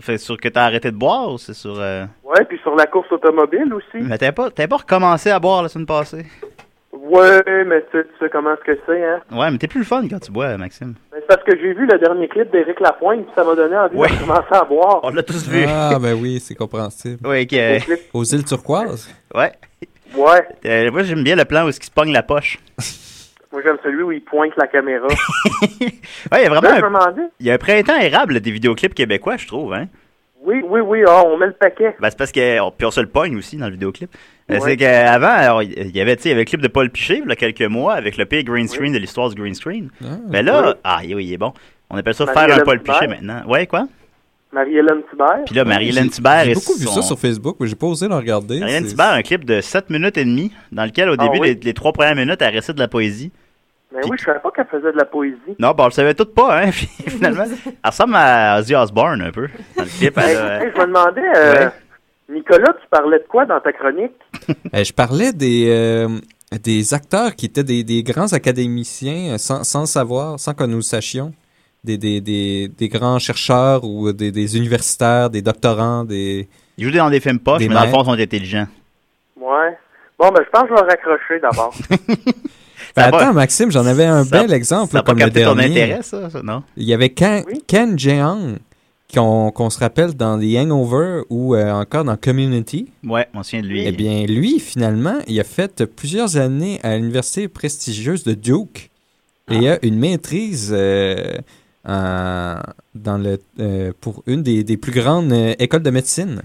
fait sur que t'as arrêté de boire ou c'est sur... euh, Ouais, puis sur la course automobile aussi. Mais t'avais pas, t'avais pas recommencé à boire la semaine passée? Ouais, mais tu, tu sais comment ce que c'est, hein? Ouais, mais t'es plus le fun quand tu bois, Maxime. Mais c'est parce que j'ai vu le dernier clip d'Éric Lapointe, puis ça m'a donné envie de commencer à boire. On l'a tous Ah, ben oui, c'est compréhensible. <laughs> Oui, euh, Aux îles turquoises? Ouais. Euh, Ouais. moi, j'aime bien le plan où est-ce qu'il se pogne la poche. Moi, j'aime celui où il pointe la caméra. Ouais, il y a Là, vraiment... je me un- demandais- Il y a un printemps érable des vidéoclips québécois, je trouve, hein? Oui, oui, oui, ah, on met le paquet. Ben, c'est parce que. on- puis on se le pogne aussi dans le vidéoclip. Euh, Ouais. C'est qu'avant, alors, il y avait, tu sais, il y avait le clip de Paul Piché, il y a quelques mois, avec le pire green screen de l'histoire du green screen. Mais là, Ouais. ah, oui, il est bon. On appelle ça Marie-Hélène faire un Paul Thibert. Piché maintenant. Ouais, quoi? Marie-Hélène Thibert. Puis là, Marie-Hélène Thibert J'ai et beaucoup vu son- ça sur Facebook, mais j'ai pas osé le regarder. Marie-Hélène C'est- Thibert a un clip de 7 minutes et demie, dans lequel, au Ah début, oui. les, les trois premières minutes, elle récite de la poésie. Mais Ben oui, je savais pas qu'elle faisait de la poésie. Non, ben, on le savait tout pas, hein, <laughs> <laughs> puis finalement. Elle ressemble à Ozzy Osbourne un peu, dans le clip. elle a- Hey, hey, je me demandais, euh, Nicolas, tu parlais de quoi dans ta chronique? Euh, je parlais des, euh, des acteurs qui étaient des, des grands académiciens euh, sans, sans le savoir, sans que nous le sachions. Des, des, des, des grands chercheurs ou des, des universitaires, des doctorants, des. Ils jouent dans des films poches, mais dans le fond, ils sont intelligents. Ouais. Bon, ben, je pense que je vais raccrocher d'abord. Ça va- Ben, attends, Maxime, j'en avais un ça- bel exemple ça a là, pas comme le capté ton dernier. intérêt, ça, ça, non? Il y avait Ken, Ken Jeong, qu'on qu'on se rappelle dans The Hangover ou euh, encore dans Community. Ouais, on se souvient de lui. Eh bien, lui, finalement, il a fait plusieurs années à l'université prestigieuse de Duke Ah. et a une maîtrise euh, en- dans le, euh, pour une des, des plus grandes euh, écoles de médecine.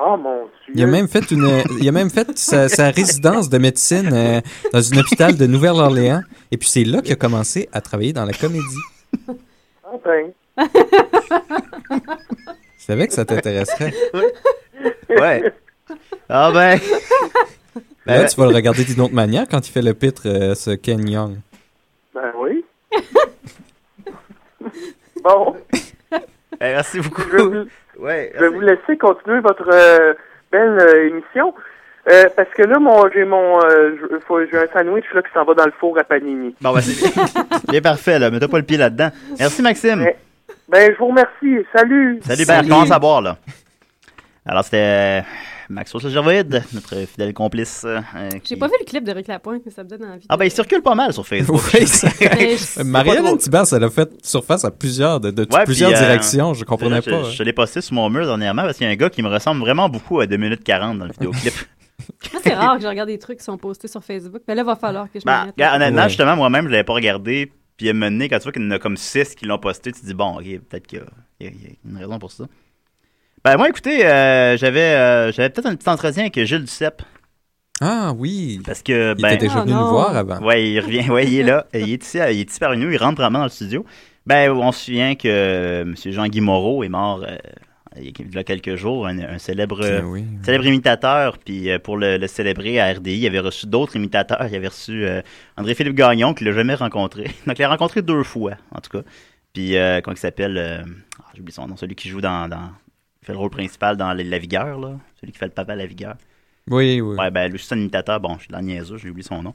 Oh, mon Dieu. Il a même fait, une, il a même fait sa, sa résidence de médecine euh, dans un hôpital de Nouvelle-Orléans. Et puis c'est là qu'il a commencé à travailler dans la comédie. Ah, ben. Je savais que ça t'intéresserait. Ouais. Ah <laughs> ben. Là, Ben tu vas le regarder d'une autre manière quand il fait le pitre, euh, ce Ken Young. Ben oui. <laughs> bon. merci beaucoup. Je vais vous, ouais, je vais vous laisser continuer votre euh, belle euh, émission. Euh, parce que là, mon, j'ai mon, euh, je- faut- j'ai un sandwich là, qui s'en va dans le four à panini. Bon, ben, c'est bien parfait, là. Mets-toi pas le pied là-dedans. Merci, Maxime. Ben, je vous remercie. Salut. Salut, Ben, commence à boire, là. Alors, c'était euh, Maxwell Gervoïde, notre fidèle complice. euh, euh, qui- J'ai pas vu le clip d'Éric Lapointe, mais ça me donne envie. Ben, Ah, ben, il circule pas mal sur Facebook. Oui, <laughs> ça- <laughs> Mais- Marianne Thibert, elle a fait surface à plusieurs, de, de- de Ouais, plusieurs puis, euh, directions. Je comprenais je- pas. hein. Je, je l'ai posté sur mon mur dernièrement parce qu'il y a un gars qui me ressemble vraiment beaucoup à 2 minutes 40 dans le vidéoclip. Moi, c'est rare que je regarde des trucs qui sont postés sur Facebook. Mais là, va falloir que je Bah, Ben, me mette. regarde, honnêtement, Ouais. justement, moi-même, je l'avais pas regardé. Puis à un moment donné, quand tu vois qu'il y en a comme 6 qui l'ont posté, tu te dis, bon, ok, peut-être qu'il y, a- il y a- il y a une raison pour ça. Ben, moi, écoutez, euh, j'avais euh, j'avais peut-être un petit entretien avec Gilles Duceppe. Ah oui. Parce que, Il ben, était déjà venu nous voir avant. Ah. Ouais, il revient, ouais, il est là. Et il est ici, à- il est ici parmi nous, il rentre vraiment dans le studio. Ben, on se souvient que euh, M. Jean-Guy Moreau est mort euh, il y a- il y a quelques jours, un, un célèbre, euh, Ben oui, oui. célèbre imitateur. Puis euh, pour le, le célébrer à RDI, il avait reçu d'autres imitateurs. Il avait reçu euh, André-Philippe Gagnon, qu'il l'a jamais rencontré. <laughs> Donc, il l'a rencontré deux fois, en tout cas. Puis, euh, comment il s'appelle euh, ah, J'oublie son nom, celui qui joue dans. dans qui fait le rôle principal dans La La Vigueur, là. Celui qui fait le papa à La Vigueur. Oui, oui. Ouais, ben, lui, c'est un imitateur. Bon, je suis dans le niaiseux, j'ai oublié son nom.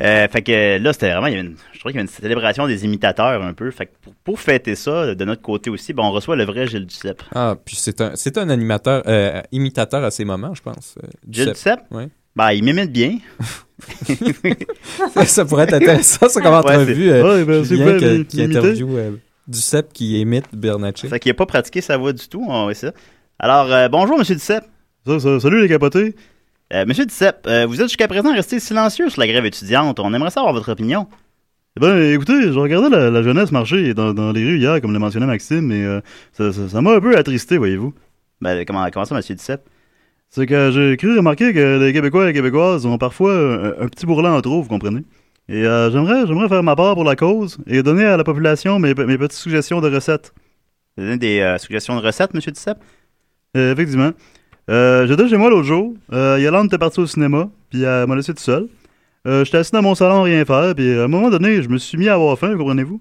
Euh, fait que là, c'était vraiment, il y avait une- je trouvais qu'il y avait une célébration des imitateurs un peu. Fait que pour, pour fêter ça, de notre côté aussi, ben, on reçoit le vrai Gilles Duceppe. Ah, puis c'est un, c'est un animateur, euh, imitateur à ses moments, je pense. euh, Gilles Duceppe. Duceppe? Ouais. Ben, il m'imite bien. <laughs> ça, ça pourrait être intéressant, ça, comme Ouais, entrevue. c'est- euh, Ouais, ben, c'est Julien pas que- l'im- qui l'imiter. interview euh, Duceppe qui imite Bernatchez. Fait qu'il n'a pas pratiqué sa voix du tout, on va essayer ça. Alors, euh, bonjour, Monsieur Duceppe. salut, les capotés. Monsieur Duceppe, euh, vous êtes jusqu'à présent resté silencieux sur la grève étudiante. On aimerait savoir votre opinion. Eh Ben, écoutez, je regardais la, la jeunesse marcher dans, dans les rues hier, comme le mentionnait Maxime, et euh, ça ça- ça m'a un peu attristé, voyez-vous. Ben, comment, comment ça, Monsieur Duceppe? C'est que j'ai cru remarquer que les Québécois et les Québécoises ont parfois un, un petit bourrelet en trop, vous comprenez? Et euh, j'aimerais j'aimerais faire ma part pour la cause et donner à la population mes, pe- mes petites suggestions de recettes. Vous avez des euh, suggestions de recettes, Monsieur Duceppe? Euh, effectivement. Euh, J'étais chez moi l'autre jour. Euh, Yolande était partie au cinéma, puis elle m'a laissé tout seul. Euh, J'étais assis dans mon salon à rien faire, puis euh, à un moment donné, je me suis mis à avoir faim, comprenez-vous.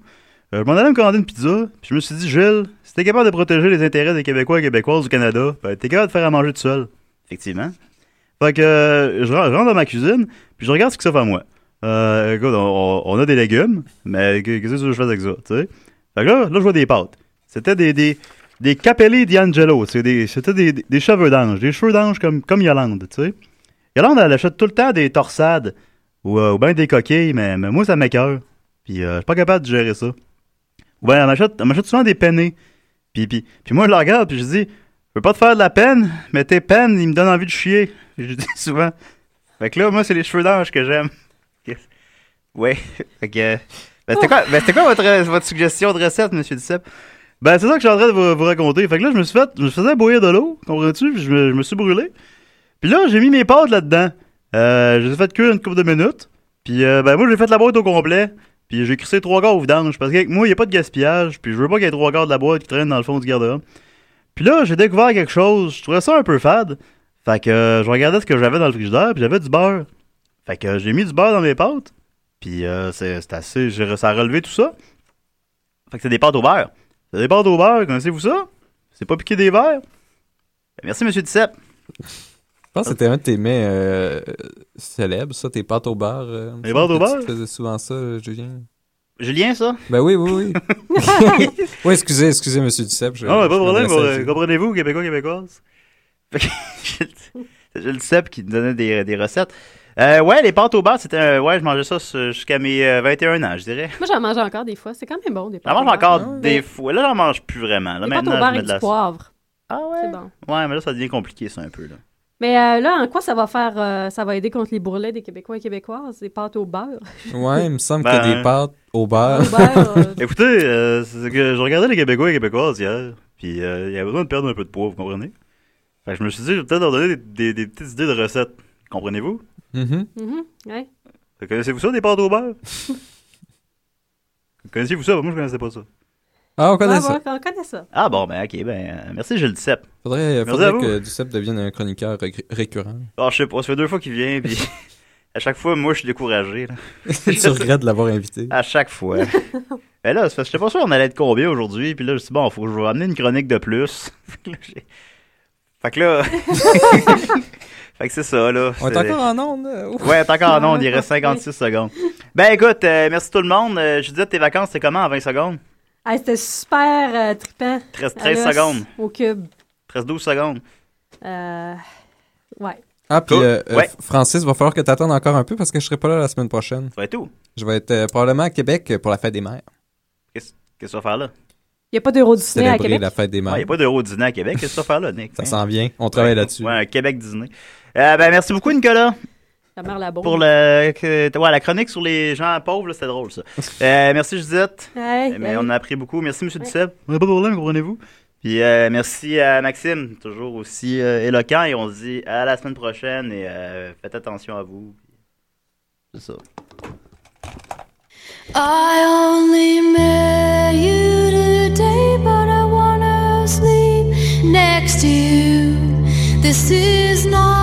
Euh, je m'en allais me commander une pizza, puis je me suis dit, Gilles, si t'es capable de protéger les intérêts des Québécois et Québécoises du Canada, ben, t'es capable de faire à manger tout seul. Effectivement. Fait que euh, je rentre je rentre dans ma cuisine, puis je regarde ce que ça fait à moi. Euh, écoute, on, on a des légumes, mais qu'est-ce que tu veux que je fasse avec ça, tu sais? Fait que là, là, je vois des pâtes. C'était des, des, des capelli d'Angelo. C'est des- C'était des, des, des cheveux d'ange, des cheveux d'ange comme, comme Yolande, tu sais? Yolande, elle achète tout le temps des torsades ou, euh, ou bien des coquilles, mais, mais moi, ça m'écœure. Puis euh, je suis pas capable de gérer ça. Ou bien, elle m'achète elle m'achète souvent des pennés. Puis, puis, puis moi, je la regarde, puis je dis, je veux pas te faire de la peine, mais tes peines, ils me donnent envie de chier. Je <laughs> dis souvent. Fait que là, moi, c'est les cheveux d'ange que j'aime. <laughs> Ouais. Fait euh, que. Ben, c'était quoi, ben, c'était quoi votre, votre suggestion de recette, monsieur Duceppe? Ben, c'est ça que je suis en train de vous, vous raconter. Fait que là, je me suis fait, je me faisais bouillir de l'eau, comprends-tu? Puis je me, je me suis brûlé. Puis là, j'ai mis mes pâtes là-dedans. Euh, je les ai fait cuire une couple de minutes. Puis, euh, ben, moi, j'ai fait la boîte au complet. Puis, j'ai crissé trois quarts au vidange. Parce que moi, il n'y a pas de gaspillage. Puis, je veux pas qu'il y ait trois quarts de la boîte qui traîne dans le fond du garde-robe. Puis là, j'ai découvert quelque chose. Je trouvais ça un peu fade. Fait que euh, je regardais ce que j'avais dans le frigidaire. Puis, j'avais du beurre. Fait que euh, j'ai mis du beurre dans mes pâtes. Puis, euh, c'est c'est assez. j'ai- Ça a relevé tout ça. Fait que c'est des pâtes au beurre. C'est des pâtes au beurre, connaissez-vous ça? C'est pas piqué des verres? Ben, merci, monsieur Duceppe. Je pense que c'était un de tes mets euh, célèbres, ça, tes pâtes au beurre. euh, il me Les pâtes semble au que Tu beurre? faisais souvent ça, euh, Julien. Julien, ça? Ben oui, oui, oui. oui, excusez, excusez, monsieur Duceppe. je- Ah, Non, mais pas Ben, je de problème, m'adressais à euh, vous. comprenez-vous, Québécois, <laughs> Québécoises? C'est Jules Duceppe qui nous donnait des, des recettes. Euh, ouais, les pâtes au beurre, c'était. un- ouais, je mangeais ça sur- jusqu'à mes euh, 21 ans, je dirais. Moi, j'en mange encore des fois. C'est quand même bon, des J'en pâtes. mange au beurre. encore des fois. Là, j'en mange plus vraiment. Là, Des Ah, pâtes au maintenant, je beurre mets et de la. du poivre. Ah ouais? C'est bon. Ouais, mais là, ça devient compliqué, ça, un peu. Là. Mais euh, là, en quoi ça va faire, euh, ça va aider contre les bourrelets des Québécois et Québécoises, les pâtes au beurre? Ouais, il me semble Ben, qu'il y a des pâtes au beurre. Écoutez, euh, c'est que je regardais les Québécois et Québécoises hier, puis euh, il y avait besoin de perdre un peu de poids, vous comprenez? Fait que je me suis dit, je vais peut-être leur donner des, des- des petites idées de recettes. Comprenez-vous? Mm-hmm. Mhm, ouais. Fait que Connaissez-vous ça, des pâtes au beurre? <laughs> Connaissez-vous ça? Moi, je connaissais pas ça. Ah, on connaît Ouais, ça. ouais, on connaît ça. Ah bon, ben, ok, ben, euh, merci, Jules Duceppe. Faudrait, euh, Merci faudrait à vous. que Duceppe devienne un chroniqueur ré- récurrent. Ah, je sais pas, ça fait deux fois qu'il vient, puis <laughs> à chaque fois, moi, je suis découragé. Là. tu regrettes de l'avoir invité. À chaque fois. Mais là, c'est parce que j'étais pas sûr on allait être combien aujourd'hui, puis là, je me suis dit, bon, faut que je vais amener une chronique de plus. <laughs> fait que là. fait que c'est ça, là. On est C'est- encore en onde. euh, ouf. Ouais, t'es encore en onde, il reste 56 secondes. Ben écoute, euh, merci tout le monde. Euh, Judith, tes vacances, c'est comment en 20 secondes? Ah, C'était super euh, trippant. 13 13 À l'os, secondes. Au cube. 13-12 secondes. Euh, ouais. Ah, puis Cool. euh, euh, Ouais. F- Francis, va falloir que t'attendes encore un peu parce que je serai pas là la semaine prochaine. Ça va être où? Je vais être euh, probablement à Québec euh, pour la fête des mères. Qu'est-ce qu'est-ce que tu vas faire là? Il n'y a pas d'euro Disney à Célébrer Québec. la fête des Il mères. n'y a pas d'euro dîner à Québec. Qu'est-ce que tu vas faire là, Nick? Ben. Ça s'en vient. On travaille là-dessus. Ouais, un Québec dîner. Euh, ben merci beaucoup, Nicolas. La mère la bombe. Pour le, que- ouais, la chronique sur les gens pauvres, là, c'était drôle <laughs> ça. Euh, merci Judith. Ouais, Euh, mais ouais. on a appris beaucoup. Merci Monsieur Duceppe. On n'a pas de problème, comprenez-vous? Puis euh, merci à Maxime, toujours aussi euh, éloquent. Et on se dit à la semaine prochaine et euh, faites attention à vous. C'est ça. I only met you today, but I wanna sleep next to you. This is not.